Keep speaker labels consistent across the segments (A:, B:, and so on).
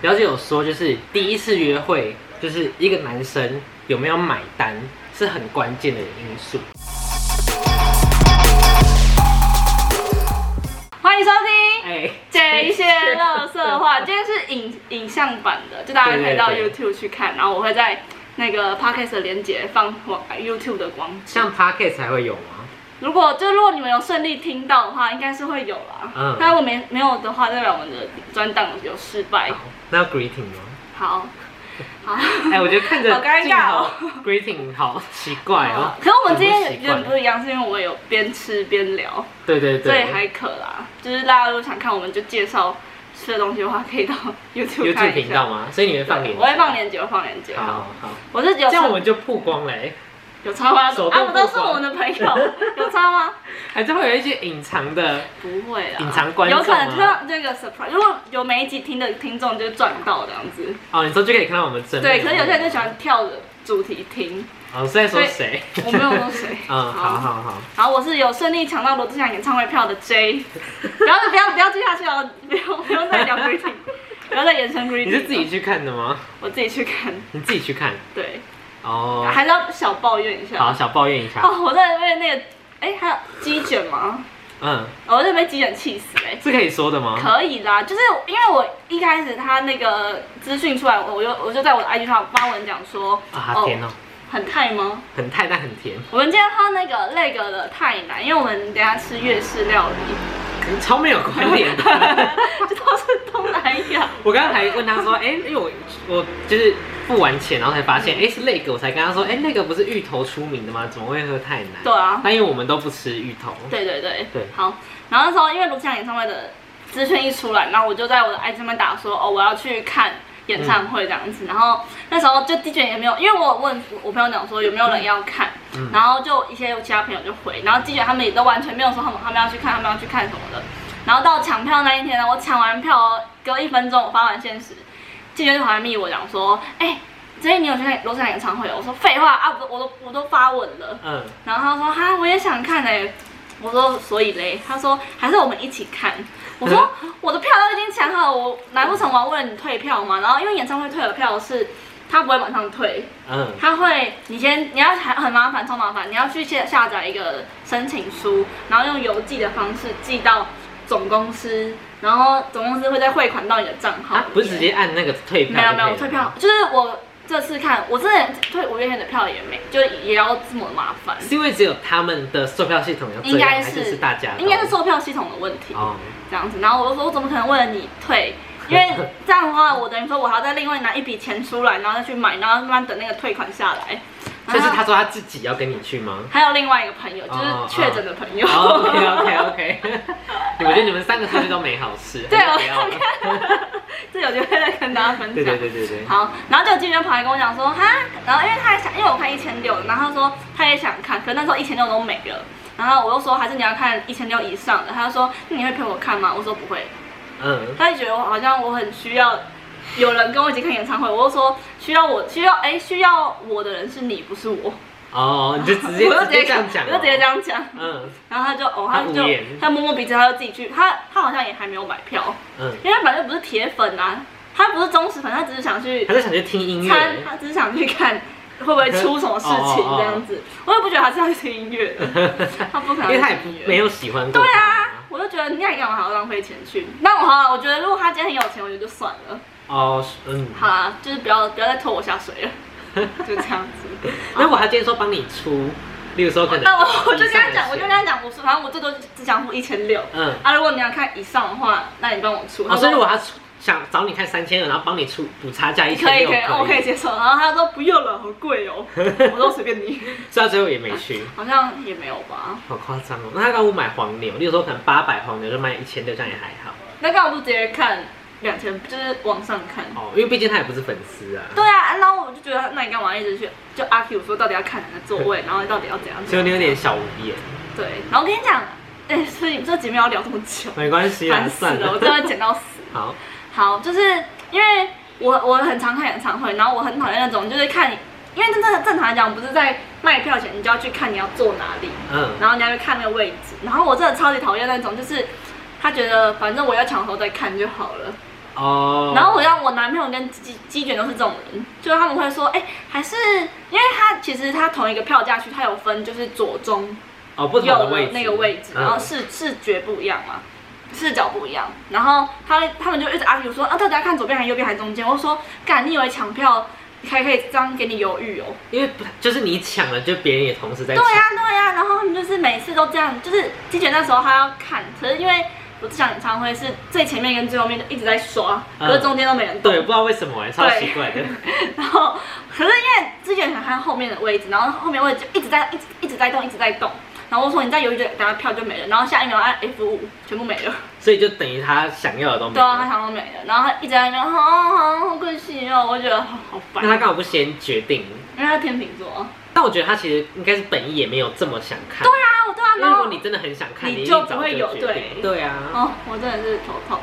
A: 表姐有说，就是第一次约会，就是一个男生有没有买单是很关键的因 素。
B: 欢迎收听
A: 哎、
B: 这一些乐色话，今天是影影像版的，就大家可以到
A: 对
B: YouTube 去看，然后我会在那个 Podcast 的连接放网 YouTube 的光景。
A: 像 Pocket 才会有吗？
B: 如果就如果你们有顺利听到的话，应该是会有啦。
A: 嗯
B: 但如果没没有的话，代表我们的专档有失败
A: 好。，那要 greeting 吗？
B: 好， 好。
A: 哎、我觉得看着
B: 好尴尬哦
A: 镜头 greeting 好奇怪哦。
B: 可是我们今天有
A: 很
B: 点
A: 不习
B: 不
A: 惯
B: 一样，是因为我有边吃边聊，
A: 对对
B: 所以
A: 对
B: 还可啦。就是大家如果想看，我们就介绍吃的东西的话，可以到 YouTube 看
A: ，YouTube
B: 一
A: 频
B: 下
A: 道。吗？所以你会放
B: 对
A: 链接？
B: 我会放链接，我会放链接。
A: 好好，
B: 我是有
A: 这样
B: 插
A: 我们就曝光哎嘞、
B: 有插花
A: 手
B: 的，
A: 动
B: 啊，我都是
A: 不管
B: 我们的朋友， 有插吗？
A: 还是会有一些隐藏的。
B: 不会啦，
A: 隐藏观众
B: 有可能
A: 吗
B: 听到这个 surprise，如果有每一集听的听众就赚到这样子。
A: 哦，你说就可以看到我们真
B: 对，可是有些人就喜。欢跳着主题听，
A: 哦，是在说谁？。
B: 我没有说谁
A: 嗯，好。好 好。
B: 然后我是有顺利抢到罗志祥演唱会票的 J，不 要不要不要继续下去哦，不用不用再聊 greeting，不要 再延伸 greeting。
A: 你是自己？去看的吗？
B: 我自己去看，
A: 你自己去看
B: 对，
A: 哦。
B: 还是要小抱怨一下。
A: 好，小抱怨一下。
B: 哦，我在为那个，哎，还有鸡卷吗？
A: 嗯，
B: 哦我在被鸡卷气死哎、
A: 是可以说的吗？
B: 可以啦，就是因为我一开始他那个资讯出来，我就我就在我的 IG 上发文讲说，
A: 啊，甜哦，
B: 很泰吗？
A: 很泰但很甜，
B: 我们今天喝那个那个的泰奶，因为我们等一下吃粤式料理，
A: 可能超没有关 联的。
B: 这都是东南亚。
A: 我刚刚还问他说，哎，因为我我就是付完钱，然后才发
B: 嗯
A: 现，哎，是那个，我才跟他说，哎，那个不是芋头出名的吗？怎么会喝泰奶？
B: 对啊
A: 但因为我们都不吃芋头。
B: 对对对
A: 对
B: 好。然后那时候因为卢志祥演唱会的资讯一出来，然后我就在我的 IG 上面打说，哦，我要去看演唱会这样
A: 嗯
B: 子。然后那时候就 DJ 也没有，因为我有问我朋友讲说有没有人要看，
A: 嗯
B: 然后就一些其他朋友就回，然后 DJ 他们也都完全没有说他们他们要去看，他们要去看什么的。然后到抢票那一天呢，我抢完票哦，隔一分钟我发完现实，记者就跑来密我讲说，哎、所以你有去看罗志祥演唱会哦？我说废话啊，我都我都我都发文了，
A: 嗯，
B: 然后他说哈，我也想看哎、我说所以嘞，他说还是我们一起看。我说我的票都已经抢好了，我难不成我要问你退票吗？然后因为演唱会退的票是。他不会马上退，
A: 嗯，
B: 他会，你先，你要很很麻烦，超麻烦，你要去下下载一个申请书，然后用邮寄的方式寄到总公司，然后总公司会再汇款到你的账号里
A: 啊
B: 面、，
A: 不是直接按那个退票？
B: 没有没有退票，。就是我这次看，我真的退五月天的票也没，就也要这么麻烦。
A: 是因为只有他们的售票系统要这样，
B: 应该
A: 还
B: 是
A: 是是大家的？
B: 应该是售票系统的问题，
A: 哦，
B: 这样子。然后我就说，我怎么可能为了你 退？因为这样的话，我等于说我还要再另外拿一笔钱出来，然后再去买，然后慢慢等那个退款下来。
A: 所以是
B: 然后
A: 他说他自己要跟你去吗？
B: 还有另外一个朋友，就
A: 哦
B: 是确诊的朋友。
A: 哦 OK OK OK，我觉得你们三个出去都没好事。
B: 对，
A: 还
B: 我
A: 是不要
B: 看
A: 了
B: 看， 这有机会再跟大家分享。
A: 对对对对对，
B: 好，然后就有记者跑来跟我讲说，哈，然后因为他还想，因为我看一千六，然后他说他也想看，可是那时候一千六都没了，然后我又说还是你要看一千六以上的，他就说那你会陪我看吗？我说不会，
A: 嗯，
B: 他就觉得我好像我很需要有人跟我一起看演唱会，我就说需要我需要哎、需要我的人是你不是我，
A: 哦，你就直接
B: 我就
A: 直接这样讲，哦
B: 我就直接这，样讲，
A: 嗯
B: 然后他就哦
A: 他
B: 他
A: 无
B: 就
A: 言
B: 他摸摸鼻子他就自己去，他他好像也还没有买票，
A: 嗯，
B: 因为他本来就不是铁粉啊，他不是忠实粉，他只是想去
A: 他就想去听音乐，哦
B: 他他只是想去看会不会出什么事情这样子。我也不觉得他是要去听音乐的， 他不
A: 因
B: 可能
A: 为
B: 要
A: 他
B: 去
A: 也
B: 听音乐。
A: 没有喜欢过。
B: 对啊，，我就觉得你看干嘛还要浪费钱去？那我好啊了，我觉得如果他今天很有钱，我觉得就算了。
A: 哦，嗯，
B: 好啦，就是不要不要再拖我下水了， 就这样子。
A: 那我还今天说帮你出，例如说可能，
B: 那我我就跟他讲，我就跟，他讲，我说反正我最多只想付一千六。
A: 嗯，
B: 啊，如果你要看以上的话，那你帮我出。
A: 哦，所以如果
B: 我
A: 他出想找你看三千二，然后帮你出补差价一
B: 可
A: 千
B: 以
A: 六，
B: 可以，哦我可以接受。然后他就说不用了，好 贵哦。我说随便你，
A: 所以他最后也没去。
B: 好像也没有吧。
A: 好夸张哦！那他刚我买黄牛，例如说可能八百黄牛就卖一千六，这样也还好
B: 那干嘛不直接看两千，就是往上看？
A: 哦，因为毕竟他也不是粉丝啊。
B: 对啊，然后我就觉得，那你干嘛一直去？就阿 Q 说到底要看哪个座 位，然后到底要怎样？
A: 所以你有点小无言，
B: 对，然后我跟你讲，哎、所以这几秒要聊这么久，
A: 没关系啊，
B: 烦死
A: 算
B: 了，我真的剪到死。
A: 好，
B: 好，就是因为我我很常看演唱会，然后我很讨厌那种就是看，因为真的正常来讲，我们不是在卖票前你就要去看你要坐哪里，
A: 嗯，
B: 然后你要去看那个位置，然后我真的超级讨厌那种，就是他觉得反正我要抢头再看就好了。
A: 哦。
B: 然后我让我男朋友跟鸡鸡卷都是这种人，就是他们会说，哎、还是因为他其实他同一个票价区，它有分就是左中
A: 哦，不同
B: 右
A: 的
B: 的
A: 位置，
B: 那个位置，
A: 嗯
B: 然后视视觉不一样嘛，视角不一样，然后他他们就一直 argue 说，啊，到底要看左边还是右边还是中间？我说，干，你以为抢票还可以这样给你犹豫哦？
A: 因为不就是你抢了，就别人也同时在
B: 对啊
A: 抢。
B: 呀、对呀、然后他们就是每次都这样，就是鸡卷那时候他要看，可是因为我之前演唱会是最前面跟最后面就一直在刷，可是
A: 嗯
B: 中间都没人动。
A: 对，不知道为什么哎、超奇怪的。
B: 然后，可是因为之前想看后面的位置，然后后面位置就一直在一直一直在动，一直在动。然后我说你再犹豫就等下票就没了，然后下一秒按 F 五全部没了，
A: 所以就等于他想要的都没
B: 对啊，他
A: 有。
B: 想都没了，然后他一直在那边，好好好可惜哦，我觉得好好烦
A: 那，他刚好不先决定，
B: 因为他天秤座啊，
A: 但我觉得他其实应该是本意也没有这么想看。
B: 对啊，对啊，
A: 因为
B: 然
A: 如
B: 后
A: 果你真的很想看，
B: 你
A: 一
B: 就
A: 定早
B: 不会有
A: 决定
B: 对
A: 对啊，
B: 哦，我真的是头痛，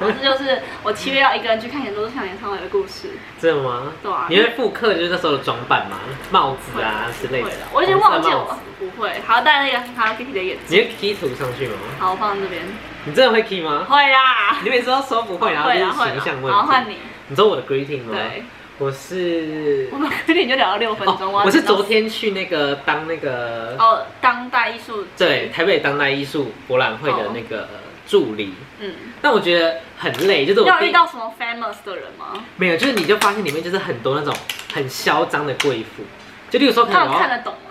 B: 然后这就是我七月要一个人去看演奏这场演唱会的故事，
A: 真的吗？
B: 对啊，
A: 你会复刻就是那时候的装扮吗？帽子啊之类
B: 会
A: 的
B: 的，。我已经忘记
A: 红色帽
B: 我
A: 子
B: 不会，还要戴那个 Hello Kitty 的眼
A: 你
B: 镜，
A: 会 key 图上去吗？
B: 好，我放在 这边，
A: 你真的会 key 吗？
B: 会啦。
A: 你每次都说不会，然后啊
B: 啊
A: 就是形象问
B: 然后换
A: 题。
B: 你，
A: 你说我的 greeting 吗？
B: 对，
A: 我是
B: 我们跟你就聊了六分钟。
A: 哦，
B: 要
A: 我是
B: 等到
A: 昨天去那个当那个
B: 哦，当代艺术节
A: 对，台北当代艺术博览会的那个
B: 哦
A: 助理，
B: 嗯，
A: 但我觉得很累，就是
B: 你
A: 我
B: 有
A: 第
B: 遇到什么 famous 的人吗？
A: 没有，就是你就发现里面就是很多那种很嚣张的贵妇，就例如说可
B: 他
A: 能
B: 们
A: 我
B: 看
A: 要
B: 得懂吗？
A: 啊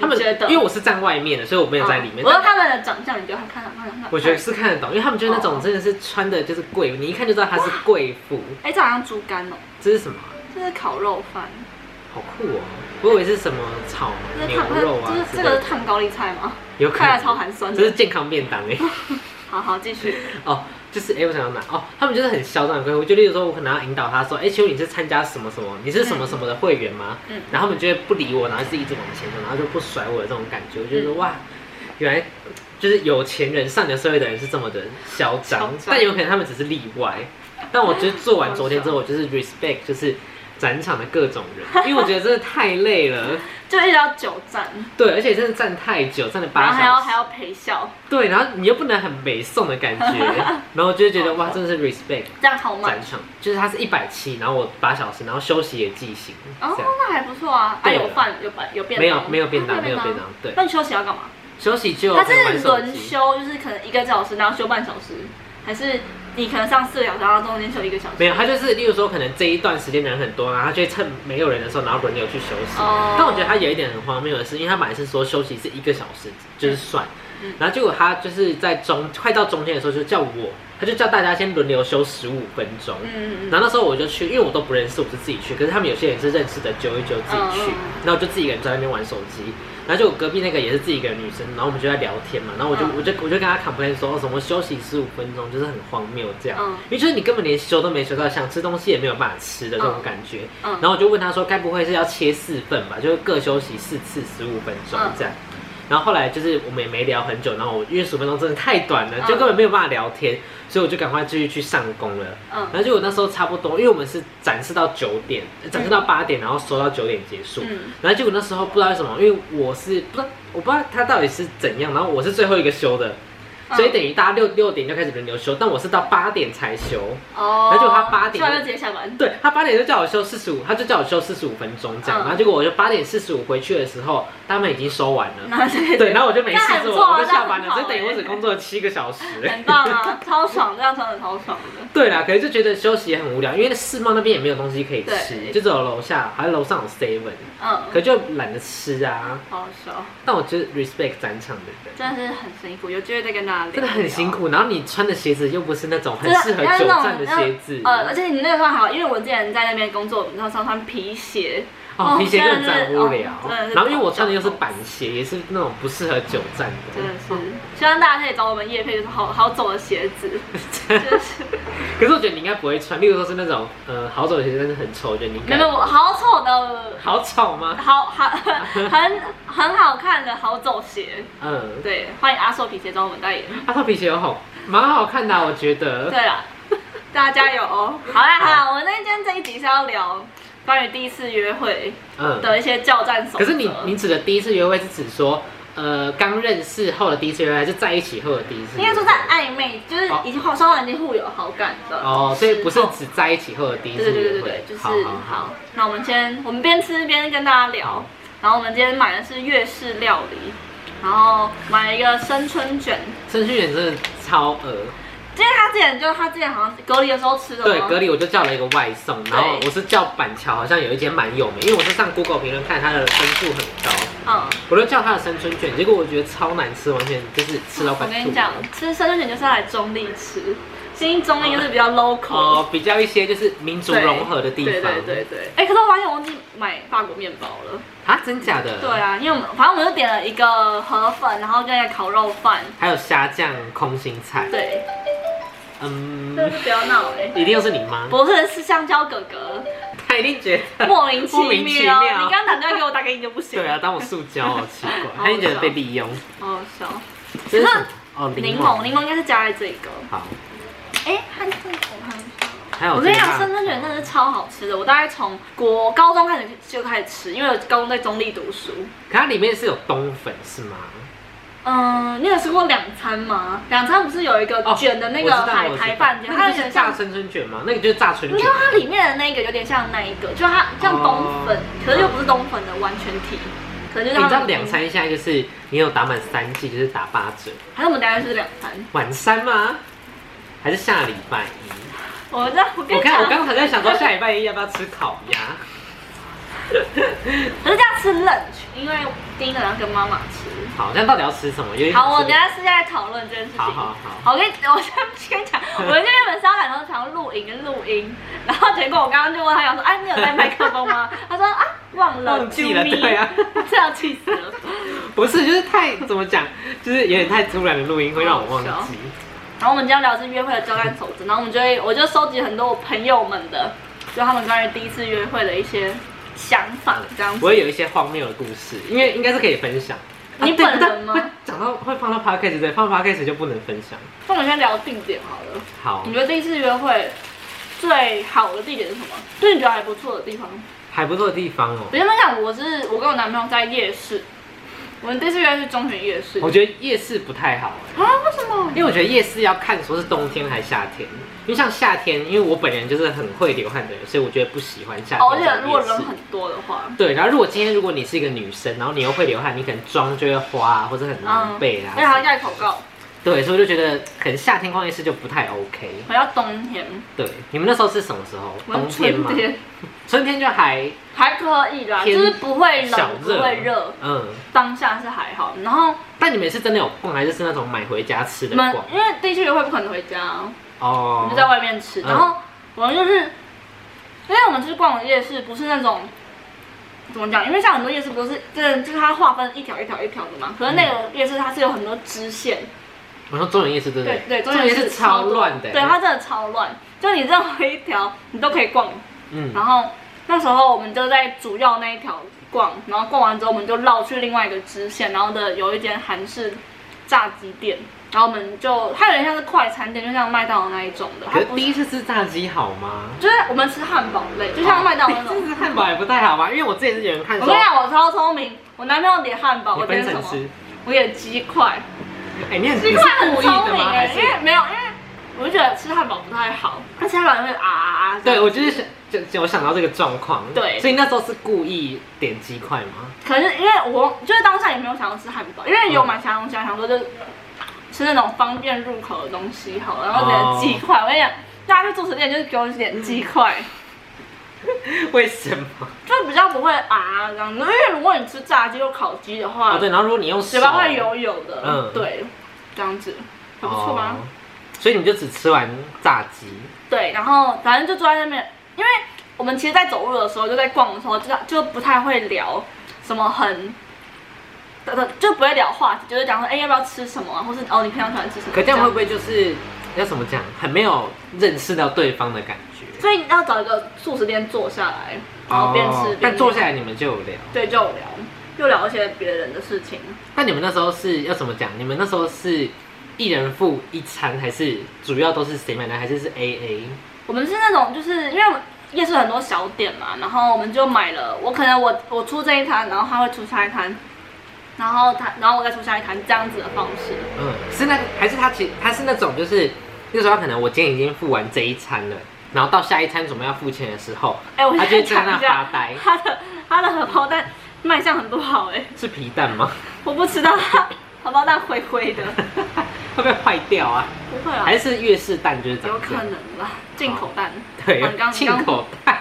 A: 他们
B: 你觉得？
A: 因为我是站外面的，所以我没有在里面
B: 哦我。说他们的长相，你觉得他看得看得看得？
A: 我觉得，是看得懂，因为他们就是那种
B: 哦
A: 真的是穿的就是贵，你一看就知道她是贵妇。
B: 哎，这好像猪肝哦，
A: 这是什么啊？
B: 这是烤肉饭，
A: 好酷哦！我以为是什么炒
B: 这是
A: 牛
B: 烫，
A: 肉啊
B: 这
A: 之
B: 是这
A: 类
B: 个
A: 的
B: 是，烫高丽菜 吗？
A: 有可
B: 看起来
A: 能。
B: 超寒酸
A: 这是
B: 的。
A: 健康便当 哎。
B: 好好 继续，
A: 哦，就是哎、我想要拿哦，他们就是很嚣张的客户，就例如说，我可能要引导他说，哎、请问你是参加什么什么，你是什么什么的会员吗？
B: 嗯
A: 然后他们就会不理我，然后是一直往前走，然后就不甩我的这种感觉，我就觉得、
B: 嗯
A: 哇，原来就是有钱人、上流社会的人是这么的嚣
B: 嚣
A: 张
B: 张，
A: 但有可能他们只是例外。但我就是做完昨天之后，我就是 respect 就是展场的各种人，因为我觉得真的太累了，
B: 就一直要久站，
A: 对，而且真的站太久，站了
B: 然
A: 八
B: 后哦还要
A: 小时
B: 还，要陪笑，
A: 对，然后你又不能很美颂的感 觉，然后我就觉得哇，真的是 respect。
B: 这样好慢
A: 展。场，就是它是一百七，然后我八小时，然后休息也记醒，
B: 哦，
A: 这样。
B: 那还不错啊，啊
A: 对
B: 有饭有饭有便
A: 没
B: 当
A: 有
B: 吗，
A: 没有便
B: 啊
A: 当，没有便当，对
B: 那，你休息要干嘛？
A: 休息就
B: 它
A: 可以玩
B: 是
A: 手
B: 轮
A: 机。
B: 休，就是可能一个小时，然后休半小时，还是你可能上四个小时，然后中间休一个小时？
A: 没有，他就是，例如说，可能这一段时间人很多，然啊后他就会趁没有人的时候，然后轮流去休息。
B: 哦
A: 但我觉得他有一点很荒谬的是，因为他本来是说休息是一个小时，就是算，
B: 嗯
A: 然后结果他就是在中快到中间的时候，就叫我，他就叫大家先轮流休十五分钟。
B: 嗯，嗯嗯
A: 然后那时候我就去，因为我都不认识，我是自己去。可是他们有些人是认识的，揪一揪自己去
B: 嗯。
A: 然后我就自己一个人在那边玩手机。然后就我隔壁那个也是自己一个女生，然后我们就在聊天嘛。然后我就
B: 嗯
A: 我就我就跟她 complain 说，哦什么休息十五分钟就是很荒谬这样
B: 嗯，
A: 因为就是你根本连休都没休到，想吃东西也没有办法吃的那种感觉。
B: 嗯
A: 然后我就问她说，该不会是要切四份吧？就是各休息四次十五分钟
B: 嗯
A: 这样。然后后来就是我们也没聊很久，然后我因为十分钟真的太短了，
B: 嗯
A: 就根本没有办法聊天，所以我就赶快继续去上工了。
B: 嗯
A: 然后结果那时候差不多，因为我们是展示到九点，呃展示到八点，然后收到九点结束。
B: 嗯
A: 然后结果那时候不知道为什么，因为我是不知道我不知道他到底是怎样，然后我是最后一个休的，
B: 嗯
A: 所以等于大家六六点就开始轮流休，但我是到八点才休。
B: 哦，
A: 然后就他八点
B: 吃完就直接下班，
A: 对他八点就叫我休四十五，他就叫我休四十五分钟这样。
B: 嗯
A: 然后结果我就八点四十五回去的时候，他们已经收完了。
B: 那对
A: 对，然后我就没事
B: 那还不
A: 做，
B: 错啊
A: 我就下班
B: 这
A: 了，
B: 样很好
A: 所
B: 欸
A: 以等于我只工作了七个 小时。
B: 很棒啊，超爽，这样穿的超爽的，
A: 对啦，可是就觉得休息也很无聊，因为世贸那边也没有东西可以吃，
B: 对
A: 就只有楼下，还有楼上有 seven，可
B: 嗯，
A: 就懒得吃啊。
B: 好爽，
A: 但我就是 respect 展场的人，
B: 真的是很辛苦，有机会再跟大家聊，
A: 真的很辛。苦。然后你穿的鞋子又不是那种很
B: 哦真
A: 适
B: 的
A: 合
B: 但是
A: 久
B: 那种
A: 站的鞋子，
B: 呃，而且你那个算好，因为我之前在那边工作，然后常穿皮鞋，
A: 哦，
B: 哦
A: 皮鞋就很站无聊
B: 真的是哦真的。是
A: 然后因为我穿的又是板鞋，也是那种不适合久站
B: 真的是
A: 的。，
B: 希望大家可以找我们叶配，就是好好走的鞋子，就是。
A: 可是我觉得你应该不会穿，例如说是那种呃好走的鞋子，但是很丑，我觉得你应
B: 没
A: 该
B: 有，我好丑的，
A: 好丑吗？
B: 好好 很很好看的好走鞋。
A: 嗯，
B: 对，欢迎阿寿皮鞋找我们代言。
A: 阿套皮鞋有好，蛮好看的啊，我觉 得。
B: 对啦，大家加油哦！好啦好啦，我们那今天这一集是要聊关于第一次约会
A: 嗯
B: 的一些教战手
A: 可
B: 册
A: 是你你指的第一次约会是指说，呃刚认识后的第一次约会，还是在一起后的第一次约
B: 应
A: 会？
B: 该说在暧昧，就是
A: 哦
B: 已经双方已经互有好感的。
A: 哦，所以不是
B: 时候
A: 只在一起后的第一
B: 对
A: 次
B: 对对
A: 约
B: 对
A: 会
B: 对，，就是
A: 好好好。
B: 那我们先，我们边吃边跟大家聊
A: 好。
B: 然后我们今天买的是粤式料理，然后买了一个生春卷。
A: 生训员真的超饿，
B: 今天他之前就他之前好像是隔离的时候吃的
A: 对
B: 吗，
A: 隔离我就叫了一个外送，然后
B: 啊对
A: 我是叫板桥，好像有一间蛮有名，因为我是上 Google 评论看它的分数很高，
B: 嗯，
A: 我就叫它的生春卷，结果我觉得超难吃，完全就是吃到
B: 我
A: 快
B: 跟
A: 吐
B: 你讲
A: 了。，
B: 吃生春卷就是要来中立吃，新中立就是比较 local，、
A: 哦，比较一些就是民族
B: 对
A: 融合的地方。
B: 对对对对。哎、可是我发现我忘记买法国面包了。
A: 啊，真假的？
B: 对啊，因为我们反正我们就点了一个河粉，然后跟一个烤肉饭。
A: 还有虾酱、空心菜。
B: 对，
A: 嗯，
B: 但是不要闹哎、
A: 一定又是你妈，
B: 不是，是香蕉哥哥，
A: 她一定觉得。
B: 莫名 其
A: 莫名其
B: 妙。
A: 妙
B: 你刚打电话给我，打给你就不行。
A: 对啊，，当我塑胶好奇怪，
B: 好
A: 她一定觉得被利用。
B: 好好笑。
A: 这是
B: 可
A: 什
B: 是
A: 么哦，
B: 柠檬，柠檬应该是加在这个。
A: 好，
B: 哎、它这个我看一下。
A: 还有
B: 我跟你讲，
A: 这个啊
B: 生春卷真的是超好吃的。我大概从国高中开始就开始吃，因为我高中在中立读书。
A: 可它里面是有冬粉是吗？
B: 嗯，你有吃过两餐吗？两餐不是有一个
A: 哦
B: 卷的那
A: 我
B: 个
A: 知道
B: 海
A: 我知道
B: 苔饭卷，它
A: 那个
B: 有
A: 就
B: 点
A: 是炸
B: 像，
A: 生春卷吗？那个就是炸春
B: 你
A: 卷
B: 知道。它里面的那个有点像那一个，就它像冬粉，可是又不是冬粉的完全体，可能就
A: 哦嗯哎
B: 是
A: 你
B: 它
A: 知
B: 们
A: 道两，餐现在就是你有打满三季就是打八折，
B: 还是我们大概是两餐。
A: 晚餐吗？还是下礼拜一？
B: 我知道，我跟
A: 我
B: 你
A: 看
B: 讲，
A: 我刚才在想说下礼拜一要不要吃烤鸭？
B: 可是这样吃冷，因为第一个要跟妈妈吃。
A: 好，那到底要吃什么？有点
B: 好，我
A: 吃
B: 等一下私下来讨论这件事情。
A: 好好好，
B: 好，我跟你，我先先讲，我们这边本是要喊说想要录影跟录音，然后结果我刚刚就问他讲说，哎、你有带麦克 风吗？他说啊，忘了，
A: 忘记了
B: 啾咪
A: 对啊，
B: 这样气死了。
A: 不是，就是太怎么讲，就是有点太突然的录音会让我忘
B: 好好
A: 记。
B: 然后我们今天要聊的是约会的交战守则，然后我们就会，我就收集很多我朋友们的，就他们关于第一次约会的一些想法，这样子。
A: 我也有一些荒谬的故事，因为应该是可以分享。
B: 你
A: 对
B: 本人吗
A: 会讲到会放到 podcast，对，放到 podcast 就不能分享。
B: 那我们先聊定点好了。
A: 好
B: 你，觉得第一次约会最好的地点是什么？就你觉得还不错的地方？
A: 还不错的地方哦、
B: 我先分享，我是我跟我男朋友在夜市，我们第一次约会是中原夜市。
A: 我觉得夜市不太好哎、
B: 啊？为什么？
A: 因为我觉得夜市要看说是冬天还是夏天，因为像夏天，因为我本人就是很会流汗的人，所以我觉得不喜欢夏天
B: 哦，而
A: 的夜市。
B: 且如果人很多的话，
A: 对，然后如果今天如果你是一个女生，然后你又会流汗，你可能妆就会花啊，或者很狼狈啊
B: 嗯而且。还要戴口罩，
A: 对，所以我就觉得可能夏天逛夜市就不太 OK。
B: 还要冬天，
A: 对，你们那时候是什么时候？
B: 我
A: 冬
B: 们
A: 天
B: 春
A: 吗？
B: 天
A: 春天就还
B: 还可以啦，就
A: 天
B: 是不会
A: 小
B: 冷，不
A: 热，
B: 会热，
A: 嗯，
B: 当下是还好。然后
A: 但你们是真的有逛，还是是那种买回家吃
B: 我
A: 的
B: 们
A: 逛？
B: 因为第一次约会不可能回家啊，嗯我
A: 哦
B: 们就在外面吃，
A: 嗯
B: 然后我们就是，因为我们就是逛的夜市，不是那种怎么讲？因为像很多夜市不是真的就是它划分一条一条一条的嘛，可是那个夜市它是有很多支线，
A: 我说中原夜市对不对？
B: 对对，
A: 中嗯原夜市超乱的。
B: 对，它真的超乱，就你任何一条你都可以逛。
A: 嗯，
B: 然后那时候我们就在主要那一条逛，然后逛完之后我们就绕去另外一个支线，然后的有一间韩式炸鸡店。然后我们就，它有点像是快餐店，就像麦当劳那一种的，它
A: 可是
B: 不是
A: 第一次吃炸鸡好吗？哦
B: 就是我们吃汉堡类，就像麦当劳那
A: 第 一次
B: 种。
A: 吃汉堡也不太好吧？因为我之前是有人看
B: 我
A: 说
B: 跟你，讲，我超聪明，我男朋友点汉堡，
A: 你
B: 我点
A: 分
B: 什
A: 成
B: 么？
A: 吃，
B: 我点鸡块，
A: 哎，你很
B: 鸡
A: 你
B: 块
A: 是
B: 很
A: 故意
B: 聪
A: 的
B: 明
A: 吗？还
B: 哎、
A: 是
B: 因？为没有，因为我就觉得吃汉堡不太好，那吃汉堡会啊啊啊。
A: 对，我就是想，就就我想到这个状况。
B: 对
A: 所以那时候是故意点鸡块吗？
B: 可是因为我就是当下也没有想要吃汉堡，因为有买其他东西，啊想说就是吃那种方便入口的东西好了，然后点鸡块。
A: 哦
B: 我跟你讲，大家去素食店就是给我点鸡块，
A: 为什么？
B: 就比较不会啊啊这样子。因为如果你吃炸鸡或烤鸡的话，
A: 哦，对，然后如果你用手
B: 嘴巴会油油的，
A: 嗯
B: 对，这样子还不错吧？
A: 哦所以你就只吃完炸鸡，
B: 对，然后反正就坐在那边，因为我们其实，在走路的时候，就在逛的时候，就就不太会聊什么很。呃就不会聊话题，就是讲说，哎、要不要吃什么啊，或是哦，你平常喜欢吃什么？
A: 可这样会不
B: 会？
A: 会就是要怎么讲，很没有认识到对方的感觉？
B: 所以要找一个素食店坐下来，然后边吃边、
A: 哦但坐下，来你们就有聊。
B: 对，就聊，就聊一些别人的事情。
A: 那你们那时候是要怎么讲？你们那时候是一人付一餐，还是主要都是谁买单，还是是 A A？
B: 我们是那种，就是因为我们夜市很多小点嘛，然后我们就买了，我可能我我出这一摊，然后他会出下一摊，然后他，然后我再出下一摊这样子的方式。
A: 嗯，是那个还是他其他是那种就是那时候他可能我今天已经付完这一餐了，然后到下一餐准备要付钱的时候，
B: 哎、我
A: 他就会
B: 先
A: 在
B: 讲
A: 那
B: 一
A: 发
B: 下，
A: 呆，
B: 他的他的荷包蛋卖相很不好哎、
A: 是皮蛋吗？
B: 我不知道他荷包蛋灰灰的，
A: 会不会坏掉啊？
B: 不会啊，
A: 还是哦粤式蛋就是长
B: 有
A: 这
B: 可
A: 样？
B: 能吧，进口蛋。我刚
A: 对，
B: 刚
A: 进口蛋，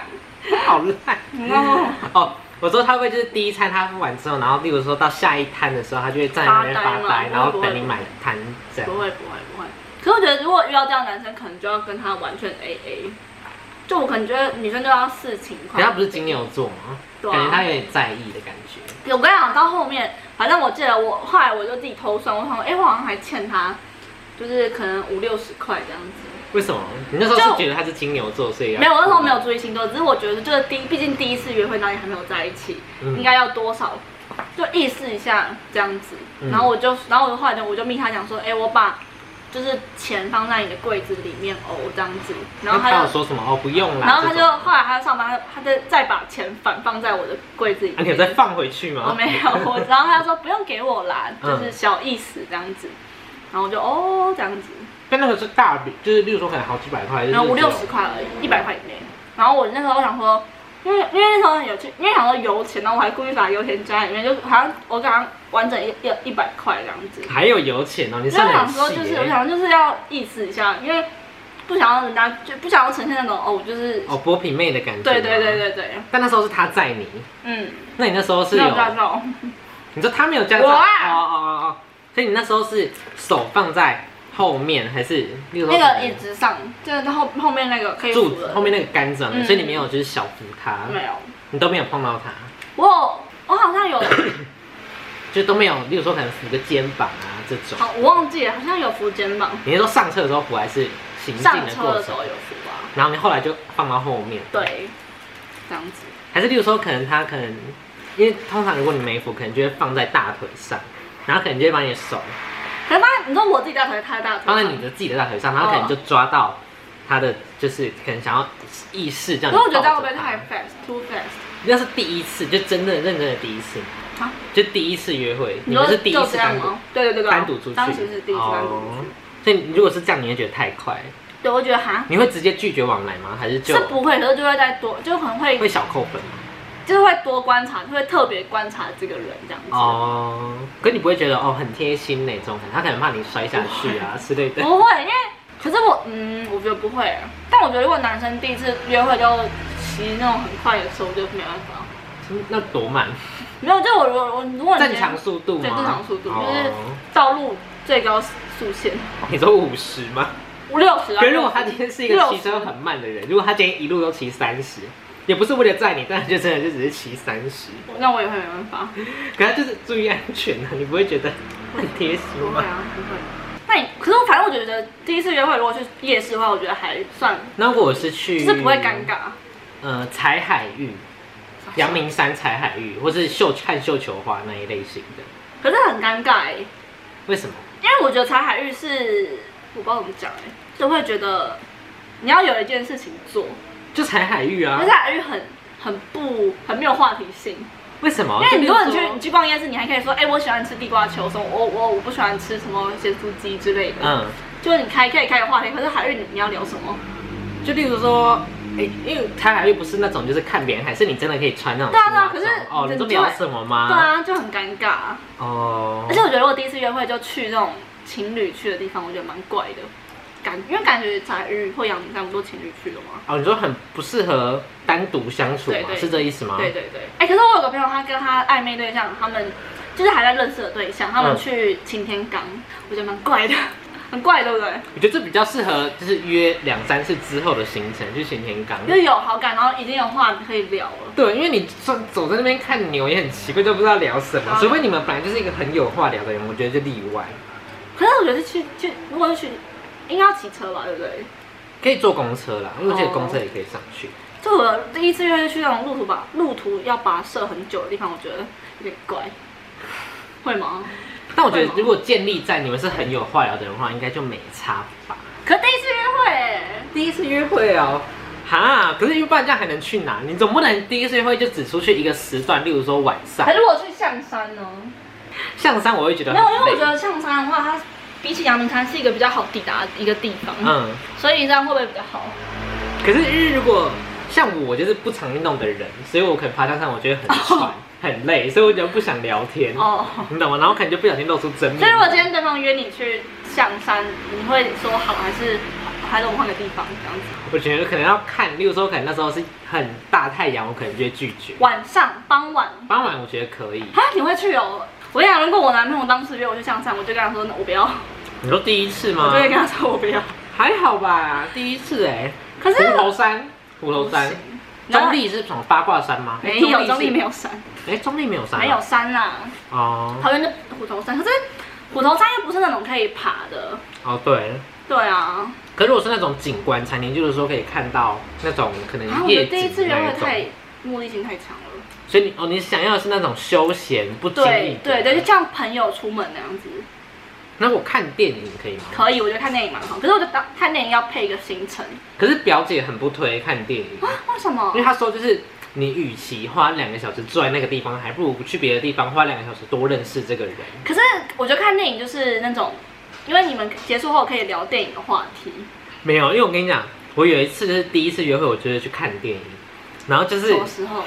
A: 好烂
B: 哦，
A: 哦。我说他会不会就是第一餐他付完之后，然后例如说到下一摊的时候，他就会站在那边
B: 发呆
A: 发
B: 吗
A: 呆，然后
B: 不会
A: 等你买单这样
B: 不。会不会不会。可是我觉得，如果遇到这样的男生，可能就要跟他完全 A A。就我可能觉得女生就要视情况。
A: 可他不是金牛座吗？
B: 对啊
A: 感觉他有点在意的感觉。
B: 我跟你讲，到后面，反正我记得我后来我就自己偷算，我想说，哎、我好像还欠他，就是可能五六十块这样子。
A: 为什么？你那时候是
B: 就
A: 觉得他是金牛座，所以要
B: 没有，我那时候没有注意星座，只是我觉得就是第一，毕竟第一次约会，然后也还没有在一起，
A: 嗯
B: 应该要多少就意识一下这样子。
A: 嗯
B: 然后我就，然后我后来就我就密他讲说，哎、我把就是钱放在你的柜子里面哦这样子，然后
A: 那
B: 他
A: 他有
B: 就。
A: 说什么哦，不用啦。
B: 然后他就
A: 这种
B: 后来他上班，他就他就再把钱反放在我的柜子里
A: 啊，
B: 面。
A: 你有再放回去吗？
B: 我没有， 我然后他就说不用给我啦，
A: 嗯
B: 就是小意思这样子。然后我就哦这样子，
A: 但那个是大笔，就是例如说可能好几百块，就是
B: 然后五
A: 这种
B: 六十块而已，一百块以内。然后我那时候想说，因为因为那时候有去，因为想说油钱，然后我还故意把油钱加在里面，就好像我刚刚完整一一一百块这样子。
A: 还有油钱哦，你
B: 因为
A: 算
B: 我
A: 的
B: 想
A: 很
B: 说
A: 细
B: 就是我
A: 耶。
B: 想就是要意思一下，因为不想让人家就不想要呈现那种哦我就是、
A: 哦，剥皮妹的感觉。
B: 对对对。对对，
A: 但那时候是他载你，
B: 嗯，
A: 那你那时候是哦
B: 没有
A: 有，
B: 抓到。
A: 你说他没有驾照？
B: 我啊
A: 哦哦哦哦，所以你那时候是手放在后面还是？例如说
B: 那
A: 可
B: 个
A: 能
B: 椅子上，就是后后面那个可以扶
A: 柱
B: 的
A: 子后面那个杆子啊，
B: 嗯
A: 所以你没有就是小扶他，
B: 没有，
A: 你都没有碰到他，
B: 我有我 好像有，
A: 就都没有，例如说可能扶个肩膀啊这种。
B: 好我忘记了，好像有扶肩膀，
A: 你是说上车的时候扶还是行进
B: 上
A: 的
B: 车
A: 过
B: 的时
A: 程
B: 候？有扶啊，
A: 然后你后来就放到后面。。
B: 对，这样子，
A: 还是例如说，可能他可能，因为通常如果你没扶，可能就会放在大腿上，然后可能就会把你的手
B: 可是发现你说我自己大腿，他的大啊腿，
A: 放在你，的自己的大腿上，然后可能就抓到他的，就是可能想要意识这样。
B: 可是我觉得这样会不会太？fast，too fast？
A: 那是第一次，就真的认真的第一次，
B: 啊，
A: 就第一次约会，你
B: 说
A: 们是第一
B: 就
A: 次
B: 这
A: 单
B: 样
A: 独
B: 吗？对对对对，啊
A: 单独出去，
B: 当时是第一次单独出
A: 哦
B: 去，
A: 所以如果是这样，你会觉得太快，
B: 对，我觉得哈。
A: 你会直接拒绝往来吗？还是就是
B: 不会，可是就会再多，就可能会
A: 会小扣分吗？
B: 就是会多观察，就会特别观察这个人这样子。
A: 哦，可你不会觉得哦很贴心那种，他可能怕你摔下去啊之类的。
B: 不会，因为可是我嗯，我觉得不会。但我觉得如果男生第一次约会就骑那种很快的车，我就没办法。
A: 那多慢？
B: 没有，就我如果我如果你
A: 正常速度吗？
B: 对正常速度，就是
A: 哦
B: 道路最高速限
A: 你说五十吗？
B: 五六十啊。
A: 可是如果他今天是一个骑车
B: 60
A: 很慢的人，如果他今天一路都骑三十，也不是为了载你，但他就真的就只是骑三十，
B: 那我也会没办法。
A: 可他就是注意安全啊，你不会觉得很贴心
B: 不会
A: 吗？
B: 啊，不会。那你可是我反正我觉得第一次约会如果去夜市的话，我觉得还算，
A: 那如果我是去，
B: 就是不会尴。尬。
A: 呃，采海域，阳明山采海域，或是绣看绣球花那一类型的，
B: 可是很尴尬哎、
A: 为什么？
B: 因为我觉得茶海玉是我不知道怎么讲哎、就会觉得你要有一件事情做，
A: 就采海域啊
B: 可是？海域很很不很没有话题性，
A: 为什么？
B: 因为你如果你
A: 就
B: 去
A: 是啊说
B: 你去逛夜市，你还可以说，哎、我喜欢吃地瓜球，什么我我我不喜欢吃什么咸酥鸡之类的，
A: 嗯。
B: 就是你开可以开个话题，可是海域你你要聊什么？
A: 就例如说，哎、因为台海又不是那种就是看别人海，是你真的可以穿那种
B: 对啊
A: 丝袜
B: 对啊可是
A: 装哦，你
B: 你
A: 都
B: 就
A: 聊
B: 会
A: 什么吗？
B: 对，啊，就很尴尬、
A: 哦，
B: 而且我觉得如果第一次约会就去这种情侣去的地方，我觉得蛮怪的。感因为感觉茶海玉或阳明山不都情侣去的吗？
A: 哦，你说很不适合单独相处
B: 对
A: 嘛，
B: 对
A: 是这意思吗？
B: 对对对，哎、可是我有个朋友，他跟他暧昧对象，他们就是还在认识的对象，他们
A: 嗯
B: 去擎天岗，我觉得蛮怪的， 很怪，对不对？
A: 我觉得这比较适合就是约两三次之后的行程去行天岗。
B: 就是有好感，然后已经有话可以聊了。
A: 对，因为你走走在那边看牛也很奇怪，就不知道聊什么
B: 啊。
A: 除非你们本来就是一个很有话聊的人，我觉得就例外。
B: 可是我觉得去去，如果是去，应该要骑车吧，对不对？
A: 可以坐公车啦，因为我记得
B: 哦
A: 公车也可以上去。
B: 就我第一次约会去那种路途吧，路途要跋涉很久的地方，我觉得有点怪，会吗？
A: 但我觉
B: 会
A: 得
B: 吗
A: 如果建立在你们是很有话聊的人的话，应该就没差吧。
B: 可第一次约会、哎
A: 第一次约会哦，哈，可是因为不然这样还能去哪？你总不能第一次约会就只出去一个时段，例如说晚上
B: 可。是我去象山呢？
A: 象山我会觉得
B: 没有，因为我
A: 很
B: 觉
A: 累。
B: 得象山的话，它比起阳明山是一个比较好抵达的一个地方，
A: 嗯，
B: 所以这样会不会比较好？
A: 可是因为如果像我就是不常运动的人，所以我可能爬象山我觉得 很喘、很累，所以我就不想聊天，
B: 哦。
A: 你懂吗？然后可能就不小心露出真面目。
B: 所以如果今天对方约你去象山，你会说好还是还是我们换个地方这样子？
A: 我觉得可能要看，例如说可能那时候是很大太阳，我可能就会拒绝。
B: 晚上傍晚
A: 傍晚我觉得可以。
B: 啊，你会去哦？我跟你讲，如果我男朋友当时约我去象山，我就跟他说我不要，
A: 你说第一次
B: 我
A: 吗
B: 就？会跟他说我不要。
A: 还好吧，第一次哎、
B: 可 是
A: 虎头山，虎头山
B: 不，行然后
A: 中立是什么八卦山吗？
B: 没有中立没
A: 有。
B: 有山，
A: 哎，中立没有山、
B: 没有。啊山啦，
A: 哦
B: 桃园就虎头山，可是虎头山又不是那种可以爬的。
A: 哦对，
B: 对啊，
A: 可如果是那种景观餐厅，就是说可以看到那种可
B: 然后
A: 能
B: 啊我的
A: 夜
B: 第一次
A: 景
B: 约
A: 那
B: 会
A: 一种。
B: 太目的性太强了。
A: 所以你哦，你想要的是那种休闲不经意
B: 对
A: 的。
B: 对对，就像朋友出门那样子，
A: 那我看电影可以吗？
B: 可以，我觉得看电影蛮好。可是我觉得当看电影要配一个行程
A: 可是表姐很不推看电影。
B: 啊？为什么
A: 因为？他说就是你与其花两个小时坐在那个地方，还不如去别的地方花两个小时多认识这个人。
B: 可是我觉得看电影就是那种，因为你们结束后可以聊电影的话题，
A: 没有，因为我跟你讲，我有一次就是第一次约会，我就是去看电影，然后就是
B: 什么时候？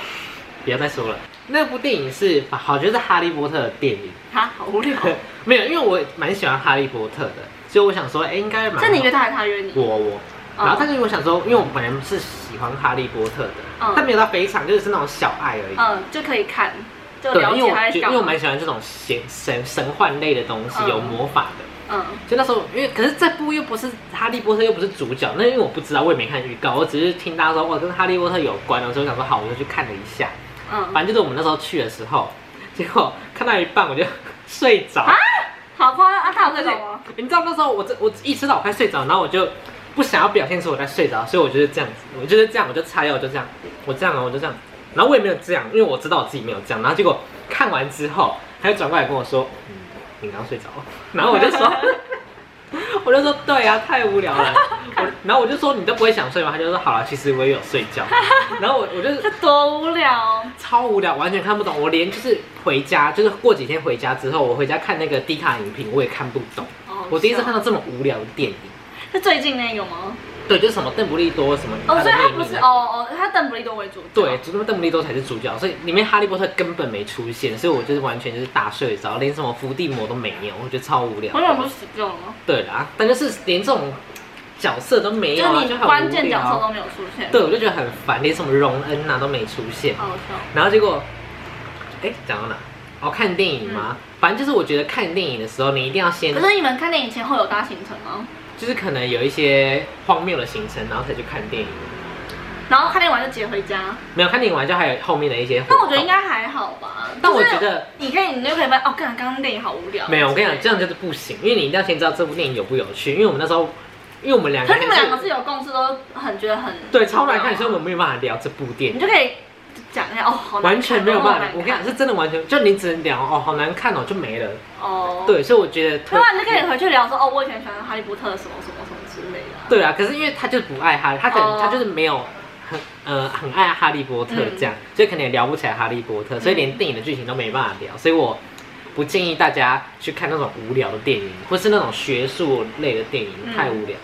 A: 不要再说了，那部电影是好就是《哈利波特》的电影，
B: 哈，好无 聊。
A: 没有，因为我蛮喜欢《哈利波特》的，所以我想说，哎、应该蛮
B: 是你哦约他还是他约你？
A: 我我。然后，但是我想说，因为我本人是喜欢哈利波特的，
B: 嗯
A: 但没有到非常，就是那种小爱而已。
B: 嗯，就可以看，就
A: 对，
B: 了
A: 因为
B: 解
A: 我
B: 他
A: 觉
B: 在
A: 得，因
B: 干
A: 为我
B: 嘛。
A: 蛮喜欢这种神神神幻类的东西，
B: 嗯
A: 有魔法的。
B: 嗯，
A: 就那时候，因为可是这部又不是哈利波特，又不是主角，那因为我不知道，我也没看预告，我只是听大家说哇跟哈利波特有关，然后所以我想说好，我就去看了一下。
B: 嗯，
A: 反正就是我们那时候去的时候，结果看到一半我就 睡着，
B: 好夸张啊！他有这
A: 而且
B: 种吗？
A: 你知道那时候我这我意识到我快睡着，然后我就不想要表现出我在睡着，所以我就是这样子，我就是这样，我就叉腰，我就这样，我这样啊，我就这样，然后我也没有这样，因为我知道我自己没有这样，然后结果看完之后，他就转过来跟我说，嗯，你刚睡着 了，然后我就说。我就说对啊，太无聊了。我然后我就说你都不会想睡吗？他就说好了，其实我也有睡 觉。然后我我就是
B: 这多无聊！
A: 超无聊，完全看不懂。我连就是回家，就是过几天回家之后，我回家看那个低卡影评，我也看不懂。
B: 哦
A: 我第一次看
B: 到
A: 到这么无聊的电影。
B: 是最近那个吗？
A: 对，就是什么邓布利多什么
B: 哦，所以他
A: 的秘
B: 不
A: 密
B: 是哦哦，他邓布利多为主角。
A: 对，只不过邓布利多才是主角，所以里面哈利波特根本没出现，所以我就是完全就是大睡着，连什么伏地魔都没有，我觉得超无聊
B: 我。怎么不是死掉了吗？
A: 对啦，但就是连这种角色都没有、啊，
B: 是
A: 就
B: 你
A: 很无
B: 关键角色
A: 聊。
B: 都没有出现。
A: 对，我就觉得很烦，连什么荣恩啊都没出现。
B: 好好笑。
A: 然后结果，哎，讲到哪？哦，看电影吗？反正就是我觉得看电影的时候，你一定要先
B: 嗯可，是你们看电影前后有搭行程吗？
A: 就是可能有一些荒谬的行程，然后才去看电影。
B: 然后看电影完就直接回家？
A: 没有看电影完，就还有后面的一些活动。
B: 那我觉得应该还好吧。
A: 但我
B: 就是
A: 觉得
B: 你可以，你就可以问哦，刚刚刚电影好无聊。
A: 没有。我跟你讲，这样
B: 样。
A: 就是不行，因为你一定要先知道这部电影有不有趣。因为我们那时候，因为我们两个
B: 可是
A: 人
B: 你们两个是有共识，都很觉得很
A: 对超难看，所以我们没有办法聊这部电影。
B: 你就可以讲一下哦，好难看
A: 完全没有办法，我跟你
B: 好难
A: 讲是真的完全，就你只能聊哦，好难看哦，就没了。
B: 看哦，，
A: 对，所以我觉得推
B: 要不然你就可以回去聊说哦，我以前喜欢哈利波特什么什么什么之类的啊。
A: 对啊，可是因为他就是不爱哈利，他可能、
B: 哦
A: 他就是没有很呃很爱哈利波特这样，所以可能也聊不起来哈利波特，所以连电影的剧情都没办法聊，所以我不建议大家去看那种无聊的电影，或是那种学术类的电影，
B: 嗯
A: 太无聊了。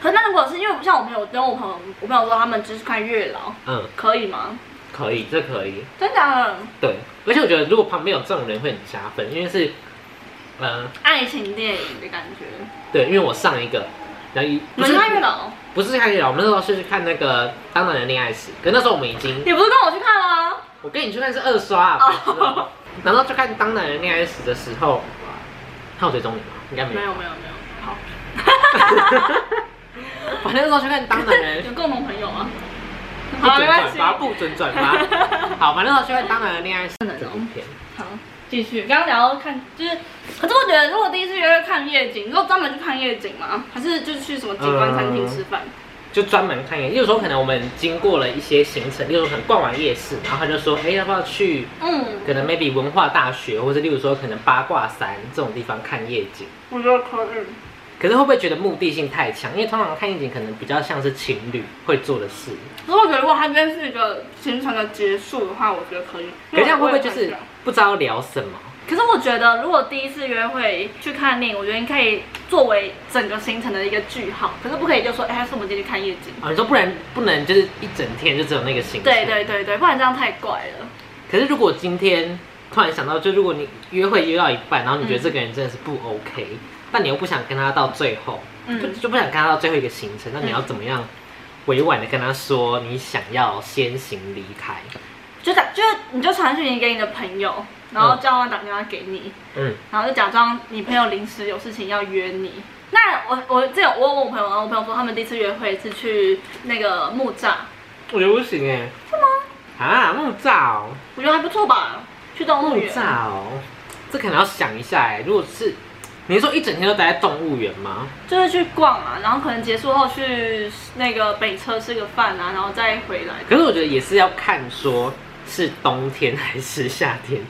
B: 可是那如果是因为像我朋友跟我朋友，我朋友说他们就是看月老，
A: 嗯，
B: 可以吗？
A: 可以，这可以，
B: 真的啊
A: 对，而且我觉得如果旁边有这种人会很加分，因为是，嗯、
B: 爱情电影的感觉。
A: 对，因为我上一个。然后一
B: 你
A: 不
B: 们
A: 是
B: 去看月老？
A: 不是看月老，我们那时候是去看那个《当男人恋爱时》，可那时候我们已经
B: 你不是跟我去看啊吗？
A: 我跟你去看是二刷、
B: 哦
A: 啊，不知道然后就看《当男人恋爱时》的时候，他有追踪你吗？应该没
B: 没
A: 有。
B: 有没有没有，
A: 好。 反正那时候去看《当男人
B: 有共同朋友啊。
A: 不
B: 好，
A: 准
B: 没关
A: 转
B: 系。
A: 发，不准转 发。好，反正那时候去看《当男人恋爱时》
B: 不能
A: 这部片，
B: 好，继续。刚刚聊到看，就是，可是我觉得，如果第一次约会看夜景，你有专门去看夜景吗？还是就是去什么景观餐厅吃饭？
A: 就专门看一眼。例如说，可能我们经过了一些行程，例如说可能逛完夜市，然后他就说，哎、要不要去？
B: 嗯，
A: 可能 maybe 文化大学，或者例如说可能八卦山这种地方看夜景。
B: 我觉得可以。
A: 可是会不会觉得目的性太强？因为通常看夜景可能比较像是情侣会做的事。
B: 可是我觉得，如果它今天是一个行程的结束的话，我觉得可以。
A: 可是这样会不会就是不知道聊什么？
B: 可是我觉得，如果第一次约会去看电影，我觉得你可以作为整个行程的一个句号，可是不可以就说，哎、还是我们今天去看夜景。
A: 啊，你说不然不能就是一整天就只有那个行程。
B: 对。对对对，不然这样太怪了。
A: 可是如果今天突然想到，就如果你约会约到一半，然后你觉得这个人真的是不 OK，、但你又不想跟他到最后，就
B: 嗯，
A: 就不想跟他到最后一个行程，那你要怎么样委婉的跟他说你想要先行离开？
B: 就打，就是你就传讯息给你的朋友，然后叫他打电话给你，
A: 嗯，
B: 然后就假装你朋友临时有事情要约你。那我我这种我有问我朋友，然后我朋友说他们第一次约会是去那个木栅，
A: 我觉得不行哎。是吗？啊，木栅哦，
B: 我觉得还不错吧，去动物
A: 木
B: 园。
A: 栅哦，这可能要想一下哎。如果是你是说一整天都待在动物园吗？
B: 就是去逛啊，然后可能结束后去那个北车吃个饭啊，然后再回来。
A: 可是我觉得也是要看说是冬天还是夏天，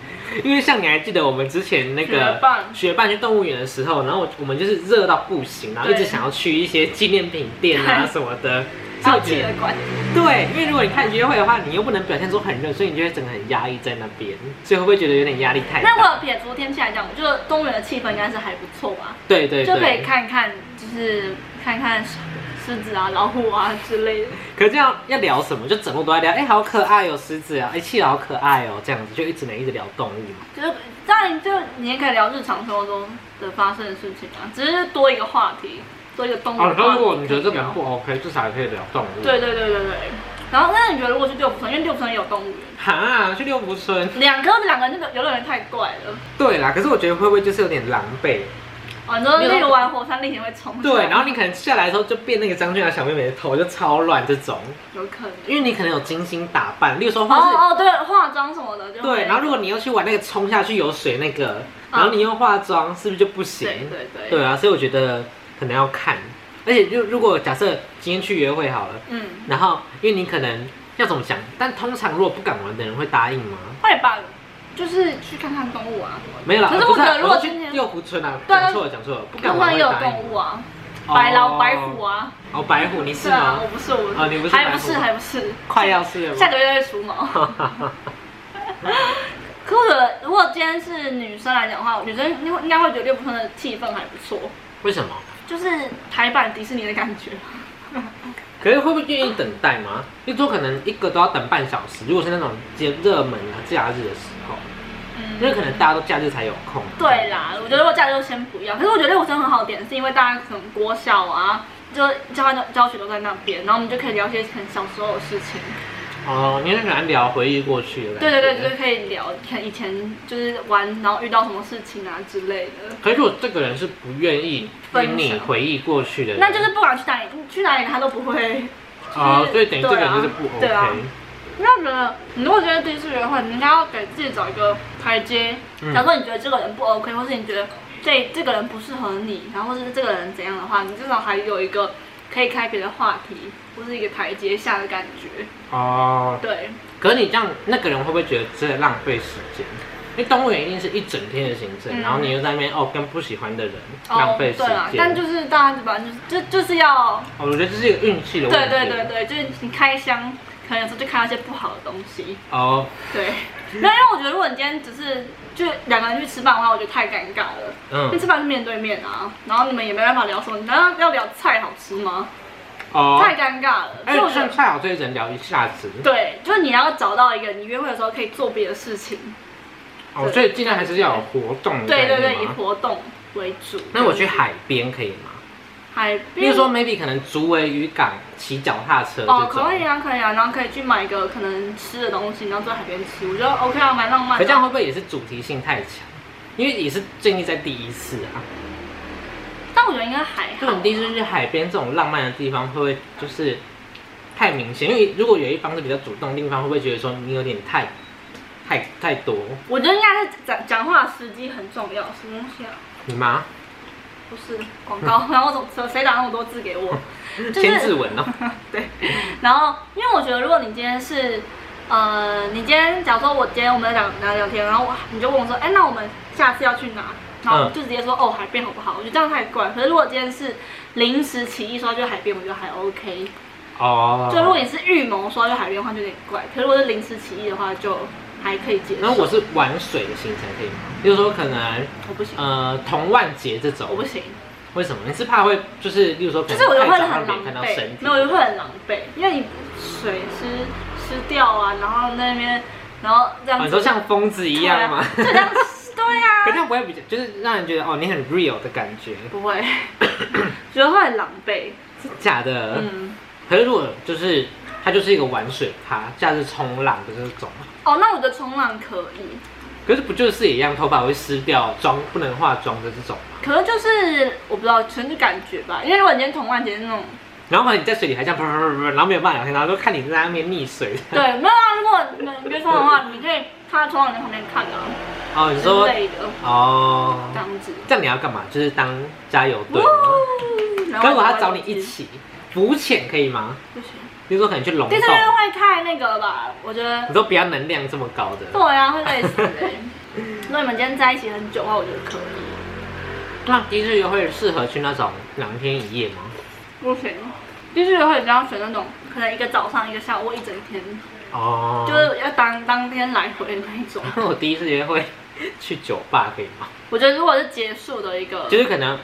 A: 因为像你还记得我们之前那个
B: 学伴
A: 学伴去动物园的时候，然后我我们就是热到不行，然后一
B: 对
A: 直想要去一些纪念品店啊
B: 对
A: 什么 的。所以我
B: 还有企
A: 觉
B: 鹅
A: 得
B: 馆，
A: 对，因为如果你看约会的话，你又不能表现出很热，所以你就会整个很压抑在那边，所以会不会觉得有点压力太
B: 那
A: 大？
B: 我撇除天气来讲，我觉得动物园的气氛应该是还不错吧，
A: 对对
B: 就可以
A: 对。
B: 看看，就是看看狮狮子啊、老虎啊之类的。
A: 可是这样要聊什么？就整路都在聊，哎、好可爱哦，狮子啊，哎、企鹅好可爱哦，这样子就一直能一直聊动物嘛。
B: 就是当然，就你也可以聊日常生活中的发生的事情啊，只是多一个话题，多一个
A: 啊
B: 动物的话
A: 哦
B: 题可以聊。
A: 不 OK，至少也可以聊动物
B: 对对对对对。然后那你觉得如果去六福村，因为六福村也有动物园，
A: 哈，去六福村。
B: 两个两个那个游乐园太怪了。
A: 对啦，可是我觉得会不会就是有点狼狈？
B: 哦，你说那个玩火山历险会冲上
A: 对，然后你可能下来的时候就变那个张俊雅小妹妹的头就超乱这种，
B: 有可能。
A: 因为你可能有精心打扮，例如说或是、
B: 哦哦，对，化妆什么的就会
A: 对，然后如果你又去玩那个冲下去有水那个，然后你又化妆，是不是就不行？
B: 啊对对对，
A: 对啊，所以我觉得可能要看，而且就如果假设今天去约会好了，
B: 嗯，
A: 然后因为你可能要怎么想，但通常如果不敢玩的人会答应吗？
B: 会吧，就是去看看动物啊什么的。
A: 没有啦，
B: 可是
A: 我
B: 我觉得如果
A: 去
B: 今天
A: 六福村啊，
B: 对啊
A: 讲错了讲错了，不敢
B: 路
A: 玩
B: 上
A: 会
B: 也有
A: 答应
B: 动物
A: 吗。
B: 啊，白
A: 哦
B: 狼、白虎啊，
A: 哦，白虎，你是
B: 对啊，
A: 吗
B: 我？不是，我
A: 哦你不是
B: 还
A: 白
B: 不
A: 虎
B: 是，还不是，
A: 快要是了
B: 下
A: 吗？
B: 个月会除毛。可我觉得如果今天是女生来讲的话，女生应该应该会觉得六部分的气氛还不错，
A: 为什么？
B: 就是台版迪士尼的感觉。
A: 可是会不会愿意等待吗？一桌可能一个都要等半小时，如果是那种节热门啊假日的时候，
B: 嗯
A: 因为可能大家都假日才有空。
B: 对啦，我觉得如果假日就先不要。可是我觉得六五生很好的点，是因为大家可能国小啊，就交换教学都在那边，然后我们就可以聊一些很小时候的事情。
A: 哦，你很喜欢聊回忆过去的。
B: 对对对，就。是可以聊看以前就是玩，然后遇到什么事情啊之类的。
A: 可是如果这个人是不愿意跟你回忆过去的人，
B: 那就是不管去哪里，去哪里他都不会。
A: 哦，所以等于这个人就是不 OK。
B: 对啊那觉得你如果觉得第一次约会，你应该要给自己找一个台阶。
A: 嗯
B: 假如说你觉得这个人不 OK，或是你觉得这这个人不适合你，然后或是这个人怎样的话，你至少还有一个可以开别的话题，或是一个台阶下的感觉。
A: 哦，
B: 对，
A: 可是你这样，那个人会不会觉得真的浪费时间？因为动物园一定是一整天的行程，
B: 嗯
A: 然后你又在那边哦跟不喜欢的人浪费时
B: 对啊，
A: 间。
B: 但就是大家反正就是就就是要，
A: 哦我觉得这是一个运气的
B: 对
A: 问题。
B: 对对对，就是你开箱，可能有时候就看到一些不好的东西。
A: 哦，
B: 对，没有，因为我觉得如果你今天只是就两个人去吃饭的话，我觉得太尴尬了。因为
A: 嗯，
B: 吃饭是面对面啊，然后你们也没办法聊什么，你难道要聊菜好吃吗？
A: 哦，
B: 太尴尬了。所
A: 哎
B: 以我，觉
A: 像
B: 得，
A: 蔡老这一人聊一下子，
B: 对，就是你要找到一个你约会的时候可以做别的事情。
A: 哦，所以尽量还是要有活动的
B: 对
A: 概
B: 对
A: 念
B: 对，以
A: 嘛
B: 活动为主。
A: 那我去海边可以吗？
B: 海
A: 比
B: 边
A: 如。说 maybe 可能竹围渔港骑脚踏车这种。
B: 哦，可以啊，可以啊，然后可以去买一个可能吃的东西，然后坐在海边吃，我觉得 OK 啊，蛮浪漫
A: 可
B: 的。
A: 这样会不会也是主题性太强？因为也是建立在第一次啊，
B: 但我觉得应该还
A: 就
B: 好。
A: 你第一次去海边这种浪漫的地方，会不会就是太明显？因为如果有一方是比较主动，另一方会不会觉得说你有点太太太多？
B: 我觉得应该是讲讲话的时机很重要，什么东西啊？
A: 你妈
B: 不是广
A: 嗯
B: 告，然后我怎么谁打那么多字给我？就是
A: 千字文哦，
B: 对，然后因为我觉得，如果你今天是，呃，你今天假如说我今天我们在聊聊聊天，然后我你就问我说，哎，那我们下次要去哪？然后我就直接说、哦海边好不好？我觉得这样太怪。
A: 嗯
B: 可是如果今天是临时起意说要去海边，我觉得还 OK。
A: 哦，
B: 就如果你是预谋说要去海边的话，就有点怪。可是如果是临时起意的话，就还可以接受。
A: 然后我是玩水的行程可以吗？比如说可能
B: 我不行，
A: 呃童万节这种
B: 我，不行，
A: 为什么？你是怕会就是，例如说可
B: 就
A: 能
B: 是我就
A: 太
B: 会
A: 早
B: 很
A: 让别人
B: 狼
A: 看到
B: 狈
A: 身，体
B: 没有，我就会很狼狈，因为你水湿湿掉啊，然后那边，然后
A: 哦
B: 这样
A: 你
B: 子
A: 说像疯子一样吗？
B: 对啊就 这样子，对呀、
A: 可
B: 啊，
A: 这样不会比较，就是让人觉得哦你很 real 的感觉，
B: 不会，觉得会很狼狈，
A: 是假的。
B: 嗯，
A: 可是如果就是它就是一个玩水趴，假日冲浪的这种，
B: 哦，那我的冲浪可以，
A: 可是不就是也一样，头发会湿掉，妆不能化妆的这种。
B: 可能就是我不知道，纯粹感觉吧，因为如果你今天同万节那种，
A: 然后可能你在水里还这样啪啪啪啪啪，然后没有办法聊天，然后都看你在那边溺 水。
B: 对， 没有啊，如果你们约冲的话，你可以他冲浪在旁边看啊
A: 哦，你
B: 之
A: 说
B: 类的，
A: 哦
B: 这，样子。
A: 这样你要干嘛？就是当加油队吗。
B: 哇
A: 可是我要找你一，起浮潜可以吗？
B: 不行。
A: 比如说可能去龙
B: 第
A: 洞，
B: 三天会太那个了吧？我觉得
A: 你说不要能量这么高的。
B: 对啊，会累死哎、 如果你们今天在一起很久的话，我觉得可以。
A: 那第一次约会适合去那种两天一夜吗？
B: 不行，就是会比较选那种可能一个早上、一个下午、一整天，
A: 哦，
B: 就是要当当天来回的那一种。
A: 那 我第一次约会去酒吧可以吗？
B: 我觉得如果是结束的一个，
A: 就是可能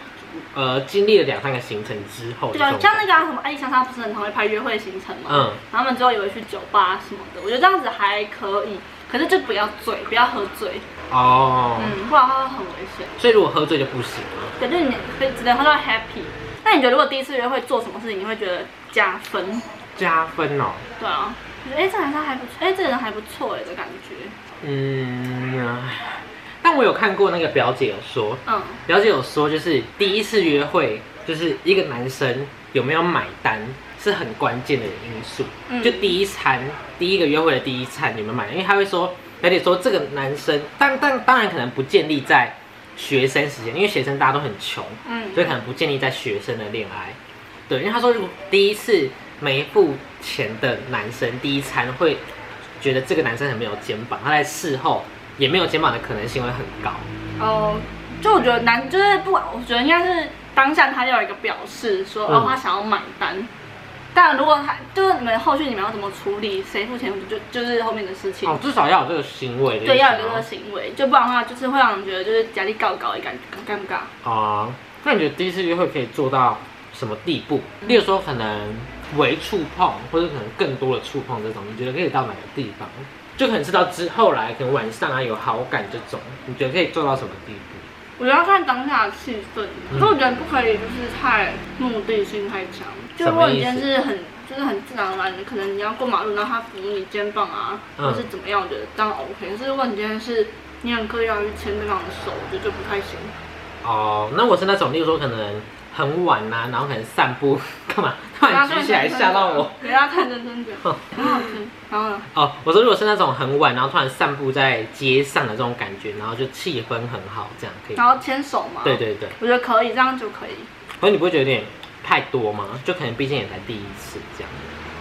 A: 呃经历了两三个行程之后，
B: 对啊，像那个、啊、什么艾丽莎莎不是很常会拍约会行程嘛，
A: 嗯，
B: 然后他们之后也会去酒吧什么的，我觉得这样子还可以，可是就不要醉，不要喝醉，
A: 哦，
B: 嗯，不然的话会很危险。
A: 所以如果喝醉就不行啊了。
B: 可是你可以只能喝到 happy。那你觉得如果第一次约会做什么事情你会觉得加分？
A: 加分哦，
B: 对啊，就是哎、这个男生还不错，哎、这个人还不错哎的感觉。
A: 嗯，但我有看过那个表姐有说，
B: 嗯，
A: 表姐有说就是第一次约会，就是一个男生有没有买单是很关键的因素。
B: 嗯
A: 就第一餐，第一个约会的第一餐你们买，因为他会说，表姐说这个男生，但但当然可能不建立在学生时间，因为学生大家都很穷，
B: 嗯
A: 所以可能不建立在学生的恋爱。对，因为他说，如果第一次没付钱的男生第一餐会觉得这个男生很没有肩膀，他在事后也没有肩膀的可能性会很高。
B: 哦、就我觉得男就是不管，我觉得应该是当下他要有一个表示说、
A: 嗯
B: 哦他想要买单。但如果他就是你们后续你们要怎么处理，谁付钱就就是后面的事情。
A: 哦，至少要有这个行为的意啊思吗。
B: 对，要有一个行为，就不然的话就是会让人觉得就是压力高高的感觉，尴尬。
A: 啊，那你觉得第一次约会可以做到什么地步？例如说，可能微触碰，或者可能更多的触碰这种，你觉得可以到哪个地方？就可能是到之后来，可能晚上啊有好感这种，你觉得可以做到什么地步？
B: 我觉得要看当下的气氛，可
A: 嗯
B: 是我觉得不可以就是太目的性太强。就如果你今天是很就是很自然而然的，可能你要过马路，然后他扶你肩膀啊，
A: 嗯
B: 或是怎么样，我觉得这样 OK。可是如果你今天是你很刻意要去牵对方的手，我觉得就不太行。
A: 哦，那我是那种，例如说可能很晚呐、然后可能散步 干嘛，突然举起来吓到 我。，
B: 给大家看认真点， 很好听。然后呢？
A: 哦，我说如果是那种很晚，然后突然散步在街上的这种感觉，然后就气氛很好，这样可以吗。
B: 然后牵手嘛，
A: 对，对对，
B: 我觉得可以，这样就可以。
A: 可是你不会觉得有点太多吗？就可能毕竟也才第一次这样。
B: 我觉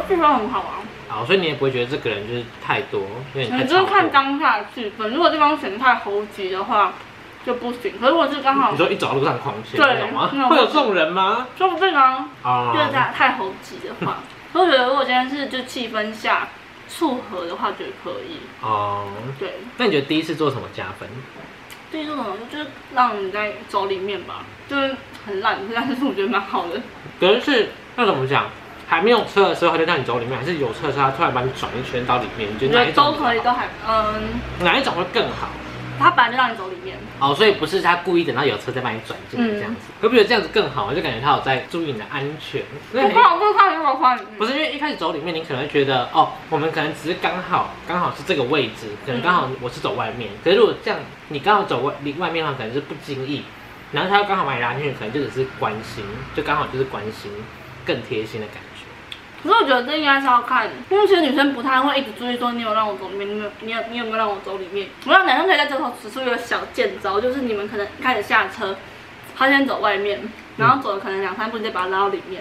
B: 得气氛很好啊，
A: 好，所以你也不会觉得这个人就是太多，因为你太
B: 你就是
A: 超
B: 看
A: 过。
B: 当下的气氛。如果对方选太猴急的话就不行，可是我是刚好
A: 你说一走到路上狂吃
B: 对
A: 那种吗
B: 那？种
A: 会有这种人吗？
B: 说不定啊，
A: 啊、
B: 就是太太猴急的话，我觉得如果今天是就气氛下撮合的话，觉得可以。
A: 哦、
B: 对，
A: 那你觉得第一次做什么加分？
B: 对这种就是让你在走里面吧，就是很烂，但是我觉得蛮好的。
A: 可能是那怎么讲？还没有车的时候，他就让你走里面；还是有车的时候，他突然把你转一圈到里面，你
B: 我
A: 觉
B: 觉
A: 得哪
B: 得
A: 一种啊
B: 都可以，
A: 比较
B: 都
A: 好
B: 还嗯，
A: 哪一种会更好？
B: 他本来就让你走里面，
A: 哦，所以不是他故意等到有车再把你转进来
B: 嗯
A: 这样子，可不觉得这样子更好？就感觉他有在注意你的安全。那
B: 我
A: 你
B: 不好不好不好，
A: 不是因为一开始走里面，你可能会觉得哦，我们可能只是刚好刚好是这个位置，可能刚好我是走外面。可是如果这样，你刚好走外里外面的话，可能是不经意，然后他又刚好把你拉进去，可能就只是关心，就刚好就是关心，更贴心的感觉。
B: 可是我觉得这应该是要看，因为其实女生不太会一直注意说你有让我走里面，你有你有你有没有让我走里面。我让男生可以在这头使出一个小剑招，就是你们可能一开始下车，他先走外面，然
A: 嗯
B: 后走了可能两三步，你再把他拉到里面，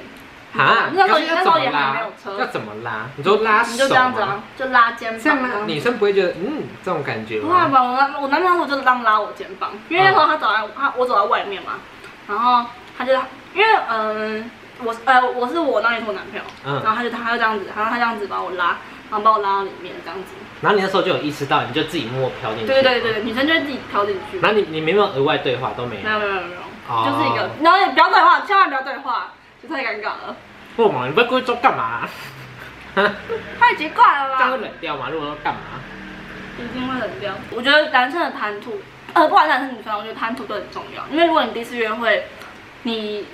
A: 哈，
B: 啊那时候
A: 可是啊要
B: 那时
A: 怎
B: 候
A: 么
B: 也还没
A: 拉
B: 有？车
A: 要怎么拉？你说拉
B: 你
A: 手
B: 就这样子
A: 吗？
B: 啊，就拉肩
A: 这样
B: 膀
A: 拉
B: 啊。
A: 女生不会觉得嗯这种感觉
B: 不会
A: 吗？
B: 吧，我男我男朋友就是当拉我肩膀，因为那时候他走在他我走在外面嘛，然后他就因为嗯、我是呃我是我那里是我男朋友，
A: 嗯
B: 然后他就他就这样子，然后他这样子把我拉，然后把我拉到里面这样子。
A: 然后你那时候就有意识到，你就自己默默飘进去。
B: 对对对。对，女生就会自己飘进去。
A: 然后你你没有额外对话都没有
B: 没，有没有没有没有，
A: 哦
B: 就是一个，然后也不要对话，千万不要对话，就太尴尬了，
A: 不嘛，你不故意做干 嘛、啊？
B: 太奇怪了
A: 这样会？
B: 吧
A: 冷掉吗？如果说干嘛？
B: 一定会冷掉。我觉得男生的谈吐，呃，不管男生女生，我觉得谈吐都很重要。因为如果你第一次约会，你，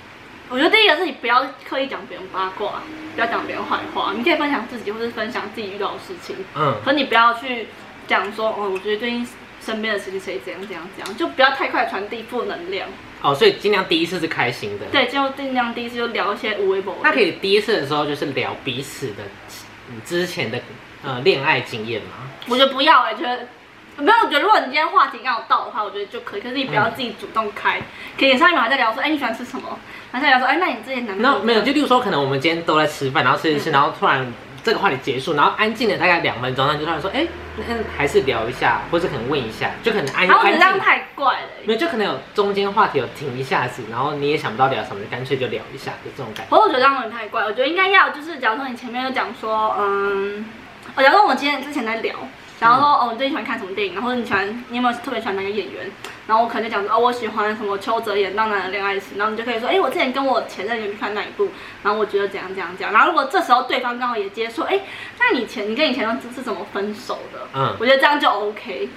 B: 我觉得第一个是你不要刻意讲别人八卦，不要讲别人坏话，你可以分享自己，或是分享自己遇到的事情。
A: 嗯，
B: 可你不要去讲说，哦，我觉得最近身边的谁谁谁怎样怎样怎样，就不要太快传递负能量。
A: 哦，所以尽量第一次是开心的。。
B: 对，就尽量第一次就聊一些无微不微。
A: 那可以第一次的时候就是聊彼此的嗯之前的呃恋爱经验吗？
B: 我觉得不要哎、觉得。没有，我觉得如果你今天话题刚好到的话，我觉得就可以。可是你不要自己主动开，可以上一秒还在聊说，哎，你喜欢吃什么？然后下一秒说，哎，那你之前男朋
A: 那
B: 友
A: 没有，就例如说，可能我们今天都在吃饭，然后吃一吃，然后突然这个话题结束，然后安静了大概两分钟，那你就突然说，哎、那还是聊一下，或者可能问一下，就可能安
B: 然后我觉
A: 安
B: 得这样
A: 静。
B: 太怪了、欸。
A: 没有，就可能有中间话题有停一下子，然后你也想不到聊什么，就干脆就聊一下，就这种感觉。
B: 我我觉得这样有点太怪。我觉得应该要就是，假如说你前面就讲说，嗯，哦，假如说我们今天之前在聊，假如说、哦，你最近喜欢看什么电影，然后你喜欢，你有没有特别喜欢哪个演员？然后我可能就讲说，哦，我喜欢什么邱泽演《浪男的恋爱史》，然后你就可以说，哎，我之前跟我前任有去看那一部，然后我觉得怎样怎样怎样。然后如果这时候对方刚好也接受，哎，那你前你跟你前任是怎么分手的？
A: 嗯
B: 我觉得这样就 OK。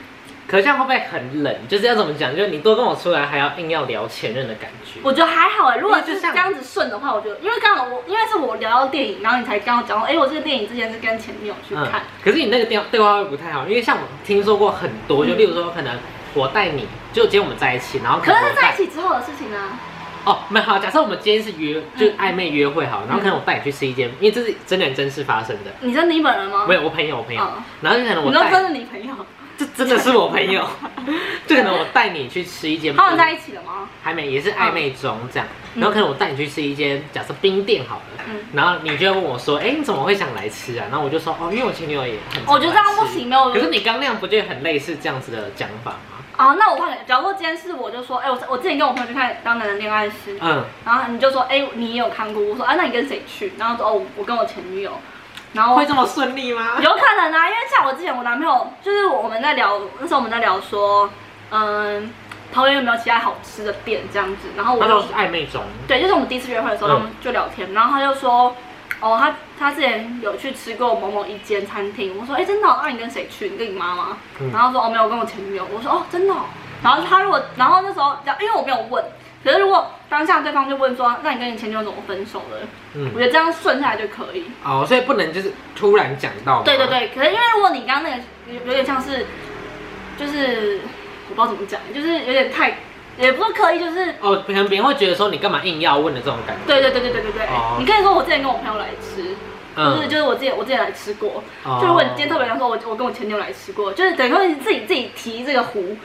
A: 可是这样会不会很冷？就是要怎么讲？就是你多跟我出来，还要硬要聊前任的感觉。嗯
B: 我觉得还好哎、如果
A: 因为
B: 是
A: 就
B: 这
A: 像
B: 样子顺的话，我觉得，因为刚好我因为是我聊到电影，然后你才刚好讲到，哎、我这个电影之前是跟前女友
A: 嗯
B: 去看，
A: 可是你那个电对话会不太好，因为像我听说过很多，就
B: 嗯
A: 例如说可能我带你，就今天我们在一起，然后
B: 可
A: 能
B: 是
A: 我
B: 是在
A: 带
B: 一起之后的事情啊。
A: 哦，没有好，假设我们今天是约，
B: 嗯
A: 就是暧昧约会好，然后可能我带你去吃一间，因为这是真人真事发生的，
B: 你真的你本人吗？
A: 没有我朋友我朋友
B: 嗯，
A: 然后就可能
B: 哦你
A: 我
B: 都真
A: 带，
B: 的你朋友？
A: 这真的是我朋 友，就可能我带你去吃一间，
B: 他们在一起了吗？
A: 还没也是暧昧中这样，
B: 嗯
A: 然后可能我带你去吃一间假设冰店好了
B: 嗯，
A: 然后你就会问我说，哎，你怎么会想来吃啊？然后我就说，哦，因为我前女友也很，
B: 我觉得这样不。行，没有。
A: 可是你刚那样不就很类似这样子的讲法吗？
B: 啊，那我换个，假如说今天是我就说，哎、我我之前跟我朋友去看《当男人恋爱时》，
A: 嗯，
B: 然后你就说，哎、你也有看过？我说，啊，那你跟谁去？然后说，哦，我我跟我前女友，然后
A: 会这么顺利吗？
B: 有可能啊，因为像我之前我男朋友，就是我们在聊，那时候我们在聊说，嗯，桃园有没有其他好吃的店这样子，然后我
A: 那
B: 就
A: 都是暧昧中，
B: 对，就是我们第一次约会的时候，
A: 嗯
B: 他们就聊天，然后他就说，哦，他他之前有去吃过某某一间餐厅，我说，哎、真的、哦？那你跟谁去？你跟你妈妈？
A: 嗯
B: 然后说，哦，没有，我跟我前女友。我说，哦，真的、哦。然后他如果，然后那时候，因为我没有问，可是如果当下对方就问说，那你跟你前女友怎么分手的？我
A: 嗯，
B: 觉得这样顺下来就可以。
A: 哦，所以不能就是突然讲到嘛，
B: 对对对，可是因为如果你刚刚那个有有点像是，就是我不知道怎么讲，就是有点太，也不是刻意，就是
A: 哦，可能别人会觉得说你干嘛硬要问的这种感觉，
B: 对对对对对对对，哎
A: 哦
B: 你可以说我之前跟我朋友来吃，
A: 嗯
B: 就是就是我自己我自己来吃过，
A: 哦
B: 就如果你今天特别想说我我跟我前女友来吃过，就是等于说你自己自己提这个壶，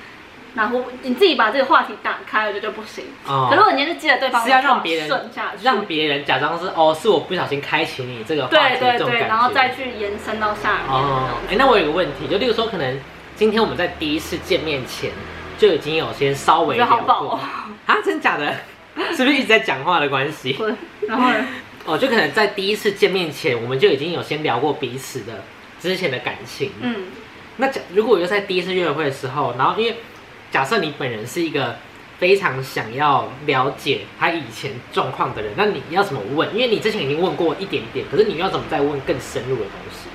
B: 然后你自己把这个话题打开，我觉得就不行。
A: 哦
B: 可是如果你今天就接着对方的
A: 是要让
B: 话
A: 别人
B: 顺下去，
A: 让别人假装是哦，是我不小心开启你这个话题
B: 对
A: 这
B: 对
A: 种感
B: 对，
A: 觉，
B: 然后再去延伸到下面。
A: 哦，哎、那我有个问题，就例如说可能今天我们在第一次见面前就已经有先稍微
B: 我觉
A: 聊
B: 得好饱
A: 过
B: 哦，
A: 啊，真假的？ 是不是一直在讲话的关 系？
B: 对，然后呢？
A: 哦，就可能在第一次见面前，我们就已经有先聊过彼此的之前的感情。
B: 嗯。
A: 那假如果我就在第一次约会的时候，然后因为假设你本人是一个非常想要了解他以前状况的人，那你要怎么问？因为你之前已经问过一点点，可是你要怎么再问更深入的东西？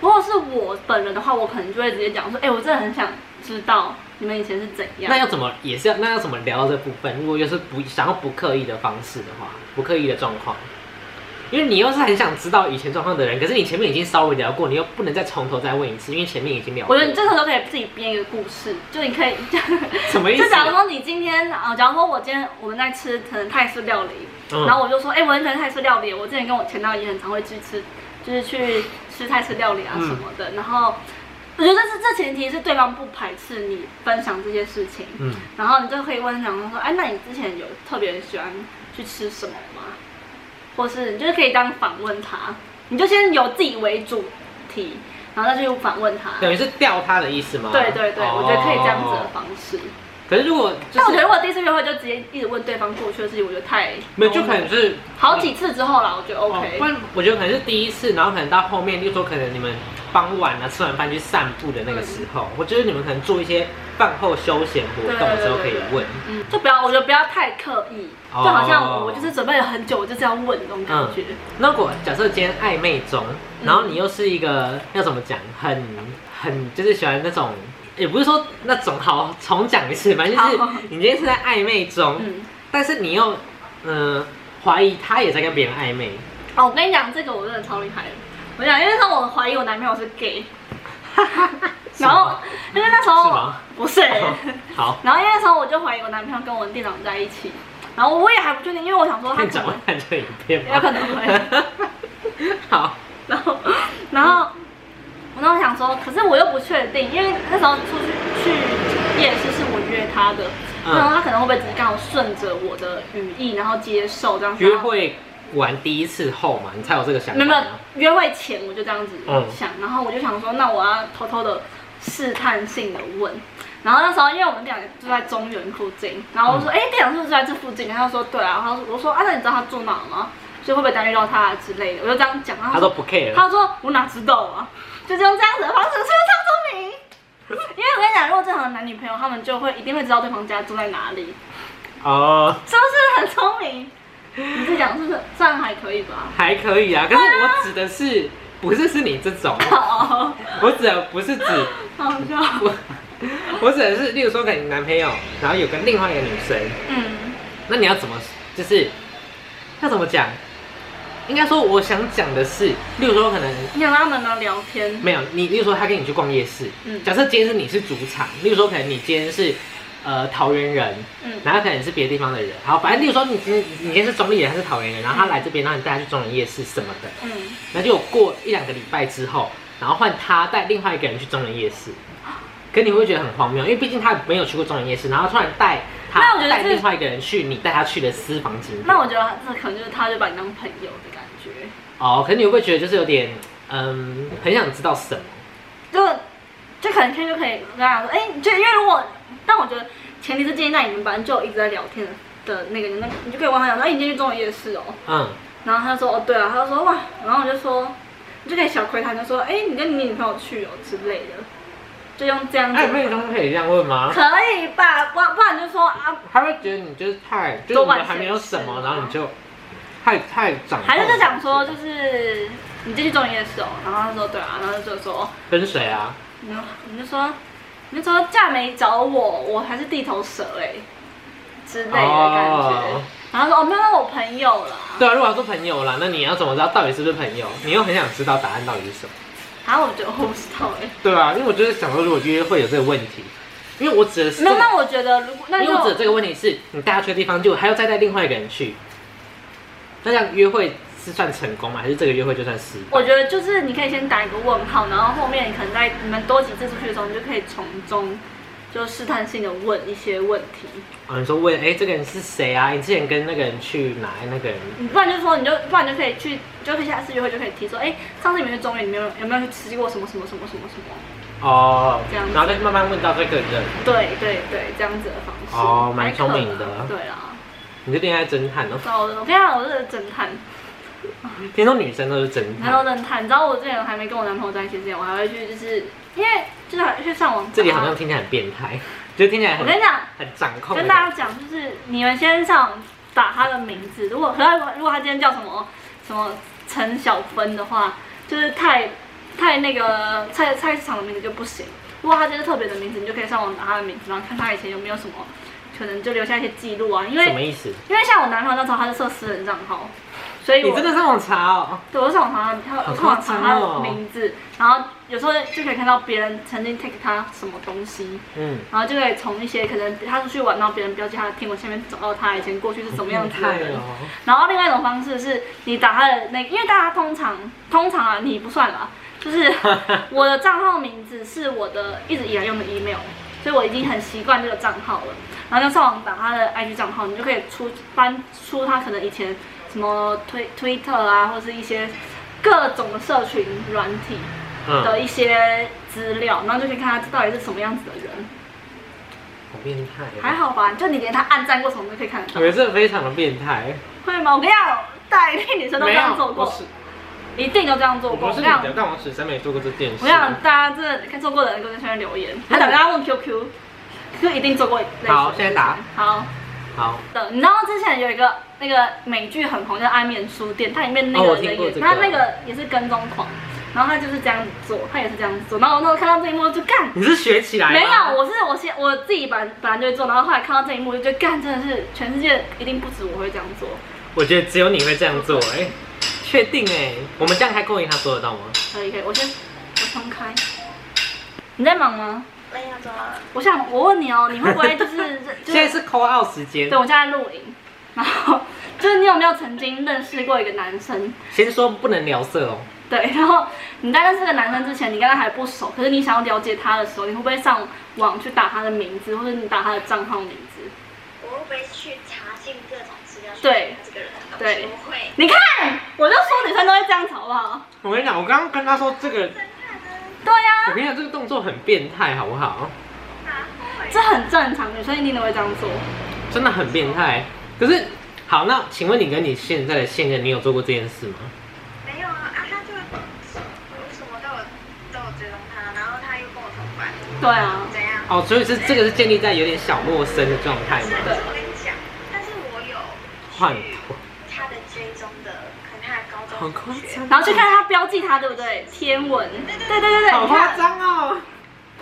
B: 如果是我本人的话，我可能就会直接讲说，哎、我真的很想知道你们以前是怎样。
A: 那要怎么也是要那要怎么聊到这部分？如果就是不想要不刻意的方式的话，不刻意的状况，因为你又是很想知道以前状况的人，可是你前面已经稍微聊过，你又不能再从头再问一次，因为前面已经聊过。
B: 我觉得你这时候可以自己编一个故事，就你可以，
A: 什么意思
B: 就？假如说你今天啊、呃假如说我今天我们在吃可能泰式料理，
A: 嗯
B: 然后我就说，哎、我很喜欢泰式料理，我之前跟我前男友也很常会去吃，就是去吃泰式料理啊
A: 嗯
B: 什么的。然后我觉得这是这前提是对方不排斥你分享这些事情，
A: 嗯，
B: 然后你就可以问小红说，哎，那你之前有特别喜欢去吃什么吗？或是你就是可以当访问他，你就先有自己为主题，然后再去访问他。
A: 等于是吊他的意思吗？
B: 对对对，我觉得可以这样子的
A: 哦
B: 方式。
A: 可是如果就
B: 但我觉得
A: 是
B: 如果第一次约会就直接一直问对方过去的事情，我觉得太
A: 没有，就可能是
B: 好几次之后啦，我觉得
A: 哦
B: OK。
A: 不然我觉得可能是第一次，然后可能到后面，就说可能你们傍晚啊，吃完饭去散步的那个时
B: 嗯
A: 候，我觉得你们可能做一些饭后休闲活动的时候可以问。
B: 嗯，就不要，我觉得不要太刻意，
A: 哦
B: 就好像我就是准备了很久，我就这样问那种感觉。
A: 那如果假设今天暧昧中，然后你又是一个要怎么讲，很很就是喜欢那种，也不是说那种好重讲一次，反正就是
B: 好
A: 你今天是在暧昧中，
B: 嗯，
A: 但是你又嗯怀疑他也在跟别人暧 昧，
B: 哦，我跟你讲，这个我真的超厉害的。我讲，因为那时候我怀疑我男朋友是 gay，
A: 是
B: 然后
A: 吗
B: 因为那时
A: 是吗？
B: 候
A: 哦
B: 不是，
A: 好，
B: 然后因为那时候我就怀疑我男朋友跟我店长在一起，然后我也还不确定，因为我想说他
A: 店
B: 可
A: 长
B: 能
A: 会看这影片
B: 有可
A: 吗？
B: 能会。
A: 好，
B: 然后，然后我那时候想说，可是我又不确定，因为那时候出去去夜市是我约他的，然
A: 嗯，
B: 后他可能会不会只是刚好顺着我的语义，然后接受这样子。啊
A: 约会完第一次后嘛，你才有这个想法
B: 没有
A: 吗。
B: 没有，约会前我就这样子
A: 嗯
B: 想，然后我就想说，那我要偷偷的试探性的问。然后那时候，因为我们店长就在中原附近，然后我
A: 嗯
B: 说，哎、店长是不是就在这附近？然后他说对啊，然后我说啊，那你知道他住哪吗？所以会不会担遇到他啊之类的？我就这样讲，然后
A: 他都不 care，
B: 他说我哪知道啊，就是用这样子的方式，是不是超聪明？因为我跟你讲，如果正常的男女朋友，他们就会一定会知道对方家住在哪里，
A: 哦。
B: 是不是很聪明？你自己讲是不是这样还可以吧？
A: 还可以啊，可是我指的是不是是你这种，
B: 哦，
A: 我指的不是指
B: 好好笑。
A: 我，我指的是，例如说，可能你男朋友，然后有跟另外一个女生，
B: 嗯，
A: 那你要怎么，就是要怎么讲？应该说，我想讲的是，例如说，可能
B: 你想让他们呢聊天？
A: 没有你，例如说他跟你去逛夜市，
B: 嗯
A: 假设今天是你是主场，例如说，可能你今天是呃桃园人，
B: 嗯
A: 然后可能是别的地方的人，好，反正例如说你今天你今天是中立人，他是桃园人，然后他来这边，然后你带他去中原夜市什么的，
B: 嗯，
A: 那就过一两个礼拜之后，然后换他带另外一个人去中人夜市，可你会觉得很荒谬，因为毕竟他没有去过中人夜市，然后突然带
B: 那
A: 他
B: 我觉得
A: 带
B: 这
A: 另外一个人去你带他去的私房景点，
B: 那我觉得这可能就是他就把你当朋友的感觉，
A: 哦，可能你会不会觉得就是有点嗯，很想知道什么？
B: 就就可能可以就可以跟他说，哎、就因为如果，但我觉得前提是建议在你们班就有一直在聊天的的那个人，那你就可以问他讲说，哎、你今天去中午夜市哦、
A: 嗯，
B: 然后他就说哦对啊，他就说哇，然后我就说，你就可以小窥他，就说哎、你跟你女朋友去哦之类的，就用这样子，
A: 暧昧中可以这样问吗？
B: 可以吧？不然不然就说啊，
A: 他会觉得你就是太就是
B: 多
A: 你
B: 管
A: 们还没有什
B: 闲
A: 么，
B: 事啊
A: 然后你就太太掌控
B: 还是就讲说就是你进去中午夜市哦，然后他说对啊，然后就说
A: 跟谁啊？
B: 你就你就说你就说嫁没找我，我还是地头蛇哎、之类的感觉，
A: 哦
B: 然后他说哦没有，那我朋友啦，
A: 对啊，如果要做朋友啦，那你要怎么知道到底是不是朋友？你又很想知道答案到底是什么？
B: 然后我觉得我不知道哎、
A: 对啊，因为我就是想说，如果约会有这个问题，因为我指的是这
B: 没
A: 个、
B: 有，那我觉得如果那
A: 因为我指的
B: 就
A: 这个问题嗯是你带他去的地方，就还要再带另外一个人去，那这样约会是算成功吗？还是这个约会就算失败？
B: 我觉得就是你可以先打一个问号，然后后面你可能在你们多几次出去的时候，你就可以从中就试探性的问一些问题。
A: 啊，你说问，哎、这个人是谁啊？你之前跟那个人去哪？那个人
B: 你不然就说你就不然就可以去，就可以下次约会就可以提说，哎、上次你们去中原，你们有有没有去吃过什么什么什么什么什么？
A: 哦
B: 这样，子
A: 然后再慢慢问到这个人，
B: 对对对，这样子的方式。
A: 哦蛮聪明的
B: 还可以啊对啊，
A: 你是恋爱侦探哦。
B: 对啊，我我跟你讲，我是侦探，
A: 听说女生都是侦
B: 男到
A: 探，
B: 侦探。你知道我之前还没跟我男朋友在一起之前，我还会去就是因为就是还去上网查。
A: 这里好像听起来很变态，就听起来
B: 我
A: 很
B: 跟你讲。
A: 很掌控的感觉。
B: 跟大家讲，就是你们先上网打他的名字，如果可他如果他今天叫什么什么陈小芬的话，就是太太那个菜菜市场的名字就不行。如果他今天特别的名字，你就可以上网打他的名字，然后看他以前有没有什么，可能就留下一些记录啊。因
A: 什么
B: 为
A: 意思？
B: 因为像我男朋友那时候他是设私人账号，所以
A: 你
B: 我
A: 真的上网查哦？
B: 对，我上网查他，
A: 好
B: 我上网
A: 夸
B: 查
A: 张
B: 他
A: 哦
B: 的名字，然后有时候就可以看到别人曾经 take 他什么东西。
A: 嗯，
B: 然后就可以从一些可能他出去玩，然后别人标记他的天文下面找到他以前过去是怎么样子的
A: 变态
B: 人。
A: 哦？
B: 然后另外一种方式是你打他的那个，因为大家通常通常啊，你不算啦，就是我的账号名字是我的一直以来用的 email，所以我已经很习惯这个账号了。然后就上网打他的 IG 账号，你就可以出翻出他可能以前什么推推特啊，或是一些各种的社群软体。
A: 嗯，
B: 的一些资料，然后就可以看他到底是什么样子的人。
A: 好变态哦。
B: 还好吧，就你连他暗赞过什么都可以看得
A: 我
B: 到
A: 觉，得这非常的变态。
B: 会吗？我跟你讲，大一定女生都这样做
A: 我
B: 过。
A: 是
B: 一定都这样做
A: 我
B: 过。
A: 不
B: 我
A: 是
B: 跟
A: 你
B: 你讲
A: 的，，但我只是没做过这件事。
B: 我想大家真的看做过的人，跟在下面留言，还等大家问 QQ，就一定做过类似的事情。
A: 好现在打
B: 好
A: 好，
B: 的。你知道之前有一个那个美剧很红叫《暗面书店》，它里面那
A: 哦我
B: 个
A: 听
B: 人
A: 过
B: 也，
A: 这个
B: 他那个也是跟踪狂，然后他就是这样子做，他也是这样子做，然后我那时候看到这一幕就干。
A: 你是学起来吗
B: 没有，我是我先我自己本本来就会做，然后后来看到这一幕，就觉得干，真的是全世界一定不止我会这样做，
A: 我觉得只有你会这样做，哎、确定哎、
B: 欸
A: 我们这样开扩音，他做得到吗？
B: 可以可以，我先我重开。你在忙吗？
C: 没有做啊，
B: 我想我问你哦，你会不会就是 就
A: 现在是 call out 时间
B: 对，我现在录影，然后 就是你有没有曾经认识过一个男生？
A: 先说不能聊色哦、
B: 对，然后你在认识这个男生之前，你跟他还不熟，可是你想要了解他的时候，你会不会上网去打他的名字，或者你打他的账号名字？
C: 我会不会去查进各种资料？
B: 对，
C: 这个人到
B: 对
C: 底不会。
B: 你看，我就说女生都会这样子，好不好？
A: 我跟你讲，我刚刚跟他说这个，
B: 对啊呀、
A: 我跟你讲这个动作很变态，好不好？
B: 这很正常，女生一定都会这样做。
A: 真的很变态。可是，好，那请问你跟你现在的现任，你有做过这件事吗？
C: 没有啊，啊，他就我什么都有都有追踪他，然后他又跟我同班，
B: 对啊，
C: 怎样？
A: 哦，所以是这个是建立在有点小陌生的状态
C: 是，
A: 吗？
C: 可是我跟你讲，但是我有
A: 换
C: 去
A: 头，
C: 他的追踪的，可能他的高
A: 好
C: 中
A: 夸
C: 同学，
A: 张，
B: 然后去看他标记他，对不对？天文，对对对对，
A: 好
B: 你
A: 夸
B: 看，
A: 张哦。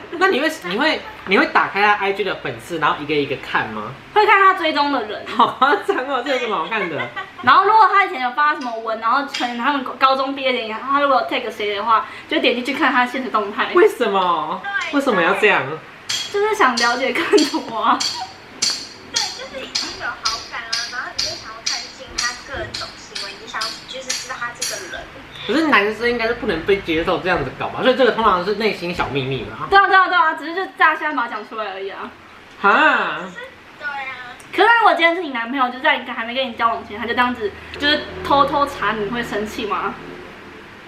A: 那你会你会你会打开他 IG 的粉丝，然后一个一个看吗？
B: 会看他追踪的人。
A: 好夸张哦，这有什么好看 的？
B: 然后如果他以前有发什么文，啊然后可能他们高中毕业典礼，他如果有 take 谁的话，就点进去看他现实动态，
A: 为什么？为什么要这样？
B: 就是想了解更多啊。
C: 对，就是已经有好感了，然后你就想要看进他各种行为，你想要就是知道他这个人。
A: 可是男生应该是不能被接受这样子搞吧？所以这个通常是内心小秘密嘛。
B: 对啊对啊对啊，只是就大家现在把它讲出来而已啊。嗯
A: 哈，
C: 对啊，
B: 可是如果今天是你男朋友，就在你还没跟你交往前，他就这样子，就是偷偷查，你会生气吗？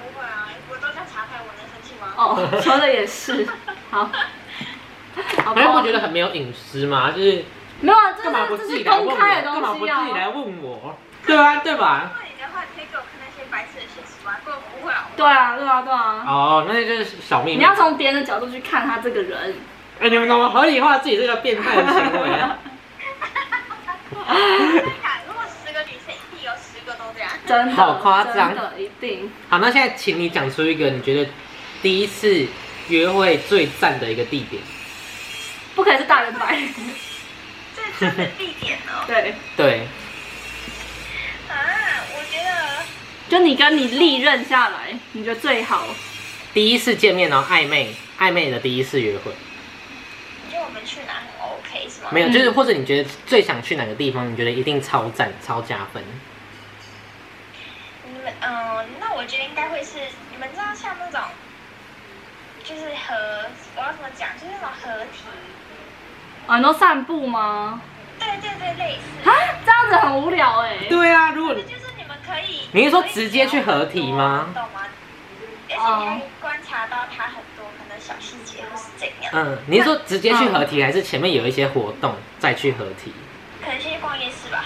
C: 不会啊，我都在查看，我能生气吗？
B: 哦，说的 也是，好，
A: 反
B: 好
A: 正哎我
B: 吧
A: 觉，得很没有隐私嘛，就是
B: 没有啊，这
A: 干嘛不
B: 是
A: 自
B: 这
A: 己
B: 是
A: 来问我？
B: 公开的
A: 干嘛
B: 东
A: 不
B: 西
A: 自
B: 啊
A: 己。来问我？对啊，对吧？
C: 那你的话，可以给我看那些白痴的现实吗？根本不会啊。
B: 对啊对啊对啊，
A: 哦，那就是小秘密。
B: 你要从别人的角度去看他这个人。
A: 哎、你们怎么合理化自己这个变态的行为 啊？
C: 我跟你讲，啊如果十个女生一定有十个都这样。
B: 真的，
A: 好夸张
B: 真的一定。
A: 好，那现在请你讲出一个你觉得第一次约会最赞的一个地点。
B: 不可以是大圆 白，
C: 这真的地点呢？
B: 对，
A: 对，
C: 啊，我觉得
B: 就你跟你历任下来，你觉得最好
A: 第一次见面然后暧昧，暧昧的第一次约会，
C: 你觉得我们去哪很 OK 是吗？
A: 没有，
B: 嗯
A: 就是或者你觉得最想去哪个地方，你觉得一定超赞、超加分。
C: 你们嗯、那我觉得应该会是你们知道像那种，就是和我要怎么讲，就是那种合体，
B: 啊？你说散步吗？
C: 对对对，类似
B: 啊。，这样子很无聊哎、
A: 对啊，如果
C: 这就是你们可以。
A: 你是说直接去合体吗哦
C: 懂吗？而且还观察到他很多可能小细节或是怎样，
A: 嗯，你是说直接去合
B: 嗯
A: 体，还是前面有一些活动再去合体？
C: 可能先去逛夜市吧。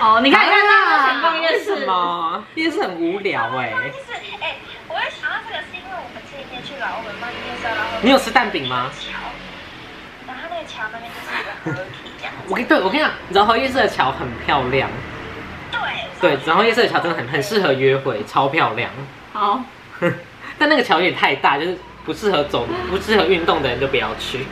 B: 哦，你看，你看，那
A: 啊
B: 个想逛夜
A: 为什
B: 市，
A: 么？夜市很无聊哎、
C: 就是哎、我会想到这个是因为我们前几天去老文妈那边的时候，然后
A: 你有吃蛋饼吗？
C: 桥，然后那个桥那边就是一个合体这样子。
A: 我跟对我跟你讲，饶河夜市的桥很漂亮，
C: 对
A: 对，饶河夜市的桥真的很很适合约会，超漂亮。
B: 好，
A: 但那个桥有点太大，就是不适合走、不适合运动的人就不要去。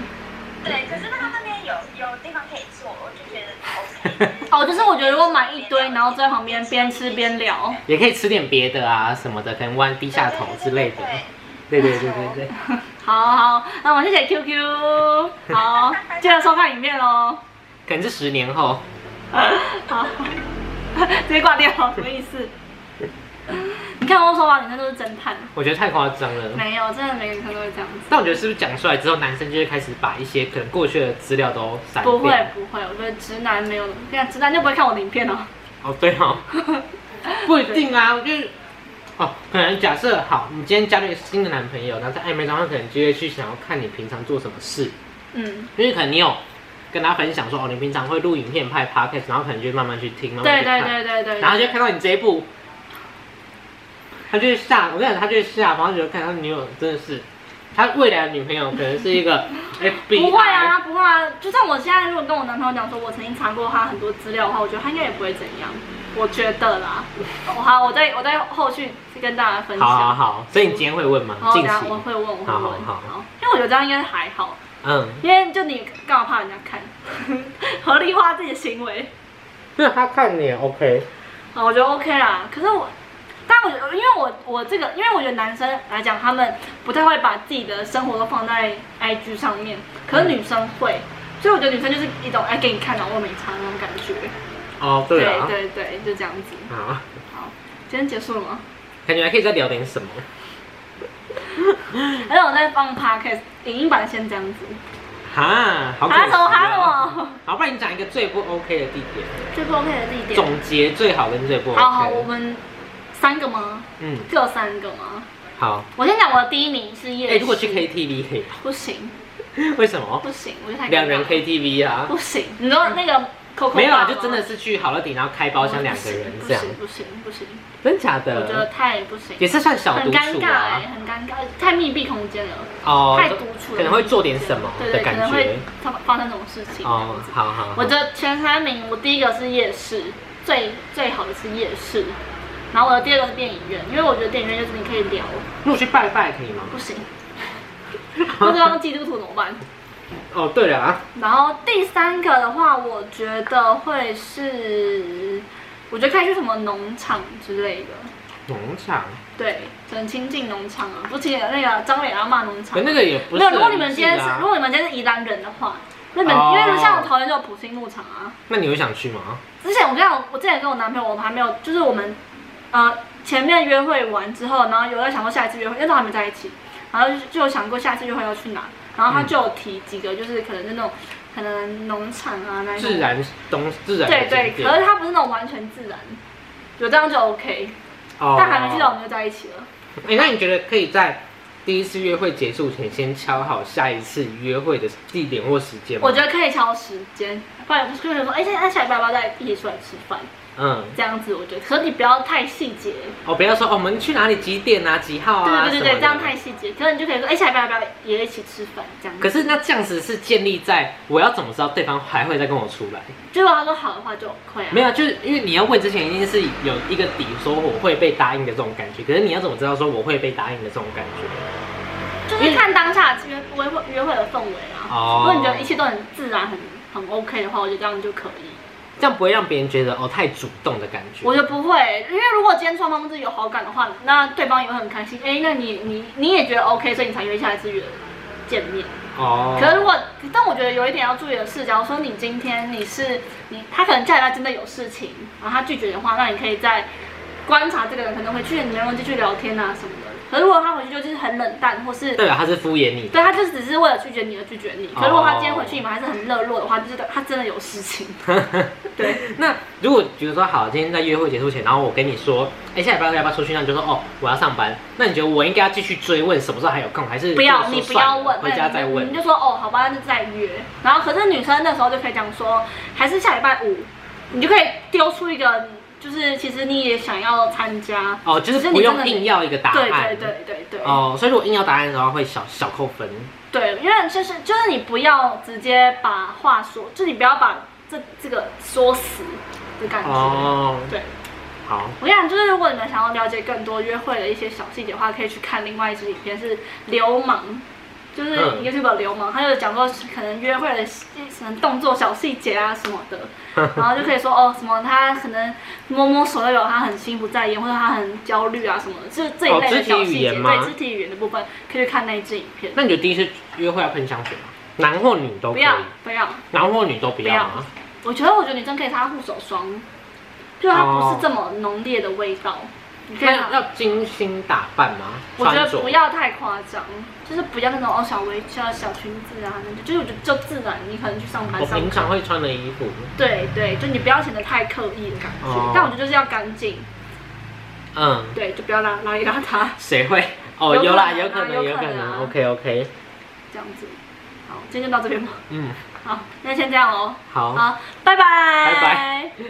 C: 对，可是那个那边有有地方可以坐，我就觉 得 OK。
B: 哦，就是我觉得如果买一堆，然后坐在旁边边吃边聊，
A: 也可以吃点别的啊什么的，可能弯低下头之类的。对对对对对，
B: 好好，那我们谢谢 QQ，好，记得收看影片哦，
A: 可能是十年后。
B: 好，直接挂掉，什么意思？你看我说吧，女生都是侦探，
A: 我觉得太夸张了。
B: 没有，真的每个女生都会这样子。
A: 但我觉得是不是讲出来之后，男生就会开始把一些可能过去的资料都删掉？
B: 不会不会，我觉得直男没有，这样直男就不会看我的影片哦。
A: 哦，对哦，不一定啊，就是哦，可能假设好，你今天交了一个新的男朋友，然后在暧昧当中，可能就会去想要看你平常做什么事，
B: 嗯，
A: 因为可能你有跟他分享说，哦，你平常会录影片、拍 podcast，然后可能就慢慢去听，慢慢
B: 对
A: 去
B: 对
A: 看，
B: 对对对，
A: 然后就看到你这一步，他就是下，我跟你讲，他就是下，然后就看他女友真的是，他未来的女朋友可能是一个 FBI，
B: 不会啊，不会啊。就算我现在如果跟我男朋友讲说，我曾经查过他很多资料的话，我觉得他应该也不会怎样。我觉得啦，我好，我在我在后续跟大家分享。
A: 好好好，所以你今天会问吗嗯
B: 然？后
A: 近
B: 等下我
A: 期，
B: 会问，我会问，
A: 好好好
B: 因为我觉得这样应该还好，
A: 嗯，
B: 因为就你干嘛怕人家看，合理化自己的行为，
A: 那他看你 OK，
B: 啊，我觉得 OK 啦。可是我，但我觉得，因为我我这个，因为我觉得男生来讲，他们不太会把自己的生活都放在 IG 上面，可是女生会，所以我觉得女生就是一种哎给你看，然后我没差那种感觉。
A: 哦，对啊，
B: 对对，就这样子。
A: 好，
B: 好，今天结束了吗？
A: 感觉还可以再聊点什么，
B: 而且我在放 podcast 影音版先这样子，
A: 哈，好可惜
B: 哈
A: 啊
B: 什么哈什，么，
A: 好，不然你讲一个最不 OK 的地点，
B: 最不 OK 的地点。
A: 总结最好跟最不
B: 好好，我
A: OK，
B: 们三个吗？
A: 嗯，
B: 各三个吗？
A: 好，
B: 我先讲我的第一名是夜市。
A: 哎，如果去 KTV 可以吗？
B: 不行
A: 为什么？
B: 不行，我就太尴尬了
A: 两人 KTV 啊？
B: 不行，你知道那个 Coco
A: 没有啊，
B: 爸吗
A: 就真的是去好乐迪，然后开包厢两个人
B: 不
A: 这样
B: 行，不行不行，
A: 真假
B: 不行我觉
A: 的？
B: 得太不行，
A: 也是算小
B: 很
A: 独
B: 尴
A: 处
B: 尬哎、
A: 啊，
B: 很尴尬，太密闭空间了，
A: 哦，
B: 太
A: 就
B: 独处了，
A: 可能会做点什么
B: 对
A: 的
B: 对，可
A: 感
B: 能会
A: 觉，
B: 发发生什么事情这
A: 哦
B: 样子，
A: 好好，好
B: 我的前三名，我第一个是夜市，最最好的是夜市，然后我的第二个是电影院，因为我觉得电影院就是你可以聊，
A: 那我去拜拜可以吗？
B: 不行，不知道基督徒怎么办。
A: 哦，对了啊，
B: 然后第三个的话，我觉得会是，我觉得可以去什么农场之类的，
A: 农场，
B: 对，很亲近农场啊，不亲那个张磊阿嬷农场
A: 可。那个也不是
B: 没有，
A: 很
B: 如果你们今天
A: 近
B: 是
A: 啊
B: 如果你们今天是宜兰人的话，那你们、
A: 哦
B: 因为像桃园就有普星牧场啊。
A: 那你会想去吗？
B: 之前我跟你讲，我之前跟我男朋友，我们还没有，就是我们呃前面约会完之后，然后有在想过下一次约会，因为都还没在一起，然后就就有想过下一次约会要去哪，然后他就有提几个，就是可能是那种可能农场啊那一种
A: 自然东自然的
B: 对对，
A: 景点
B: 可是他不是那种完全自然，有这样就 OK，、
A: 哦
B: 但还没去到我们就在一起了。
A: 哎、那你觉得可以在第一次约会结束前先敲好下一次约会的地点或时间吗？
B: 我觉，得可以敲时间，不然就是说，哎、现在下礼拜要不要再一起出来吃饭？
A: 嗯，
B: 这样子我觉得，可是你不要太细节，
A: 哦，不要说、哦、我们去哪里几点啊，几号啊，
B: 对对对
A: 什么
B: 对，
A: 的
B: 这样太。细节，可是你就可以说，哎、下礼拜要不要也一起吃饭？这样子。
A: 可是那这样子是建立在我要怎么知道对方还会再跟我出来？
B: 如果他说好的话就会啊。
A: 没有，就是因为你要问之前一定是有一个底，说我会被答应的这种感觉。可是你要怎么知道说我会被答应的这种感觉？
B: 就是看当下的约约会约会的氛围啊。
A: 哦
B: 如果你觉得一切都很自然、很很 OK 的话，我觉得这样就可以。
A: 这样不会让别人觉得哦太主动的感觉。
B: 我觉得不会，因为如果今天双方是有好感的话，那对方也会很开心。哎、那你你你也觉得 OK，所以你才约下一次约见面。
A: 哦，
B: 可是如果，但我觉得有一点要注意的是，假如说你今天你是你，他可能下礼拜真的有事情，然后他拒绝的话，那你可以再观察这个人，可能回去你们继续聊天啊什么的。可是如果他回去就是很冷淡，或是
A: 代表他是敷衍你的。
B: 对，他就只是为了拒绝你而拒绝你。可是如果他今天回去你们还是很热络的话，就是他真的有事情。对，
A: 那如果比如说好，今天在约会结束前，然后我跟你说，哎、下礼拜要不要出去？那你就说哦，我要上班。那你觉得我应该要继续追问什么时候还有空，还是
B: 不
A: 就
B: 要
A: 是
B: 你
A: 说
B: 不
A: 算
B: 要
A: 了
B: 问，
A: 回家再
B: 你
A: 问
B: 就？说哦，好吧，那就再约。然后可是女生那时候就可以讲说，还是下礼拜五，你就可以丢出一个，就是其实你也想要参加。
A: 哦，就是不用硬要一个答
B: 对对
A: 案。
B: 对对对。
A: 哦，所以如果硬要答案的话，会小小扣分。
B: 对，因为就是就是你不要直接把话说，就你不要把这这个说死的感觉。
A: 哦，
B: 对。
A: 好，
B: 我想就是，如果你们想要了解更多约会的一些小细节的话，可以去看另外一支影片，是《流氓》，就是
A: 嗯
B: YouTube 流氓，他就讲说可能约会的一些什么动作小细节啊什么的， 然后就可以说哦什么他可能摸摸手那种他很心不在焉，或者他很焦虑啊什么的，就是这一类的小
A: 哦肢体语
B: 细节，
A: 言吗
B: 对肢体语言的部分可以去看那一支影片。
A: 那你觉得第一次约会要喷香水吗？男或女都
B: 不
A: 可以
B: 要，不要，
A: 男或女都不要吗？
B: 我觉得我觉得女生可以擦护手霜，就是它不
A: 哦
B: 是这么浓烈的味道，你可以
A: 那要精心打扮吗？
B: 我觉得
A: 穿着
B: 不要太夸张，就是不要那种哦小围裙啊、小裙子啊，那种就是我觉得就自然，你可能去上班
A: 我
B: 上
A: 哦平
B: 课。
A: 常会穿的衣服。
B: 对对，就你不要显得太刻意的感觉，
A: 哦
B: 但我觉得就是要干净，
A: 嗯，
B: 对，就不要邋邋里邋遢
A: 谁会？哦，有啦，有可能，
B: 有
A: 有
B: 可
A: 可
B: 能啊
A: 能。OK OK，
B: 这样子。好，今天就到这边吧。
A: 嗯，
B: 好，那先这样喽。
A: 好。
B: 好，拜拜。
A: 拜拜。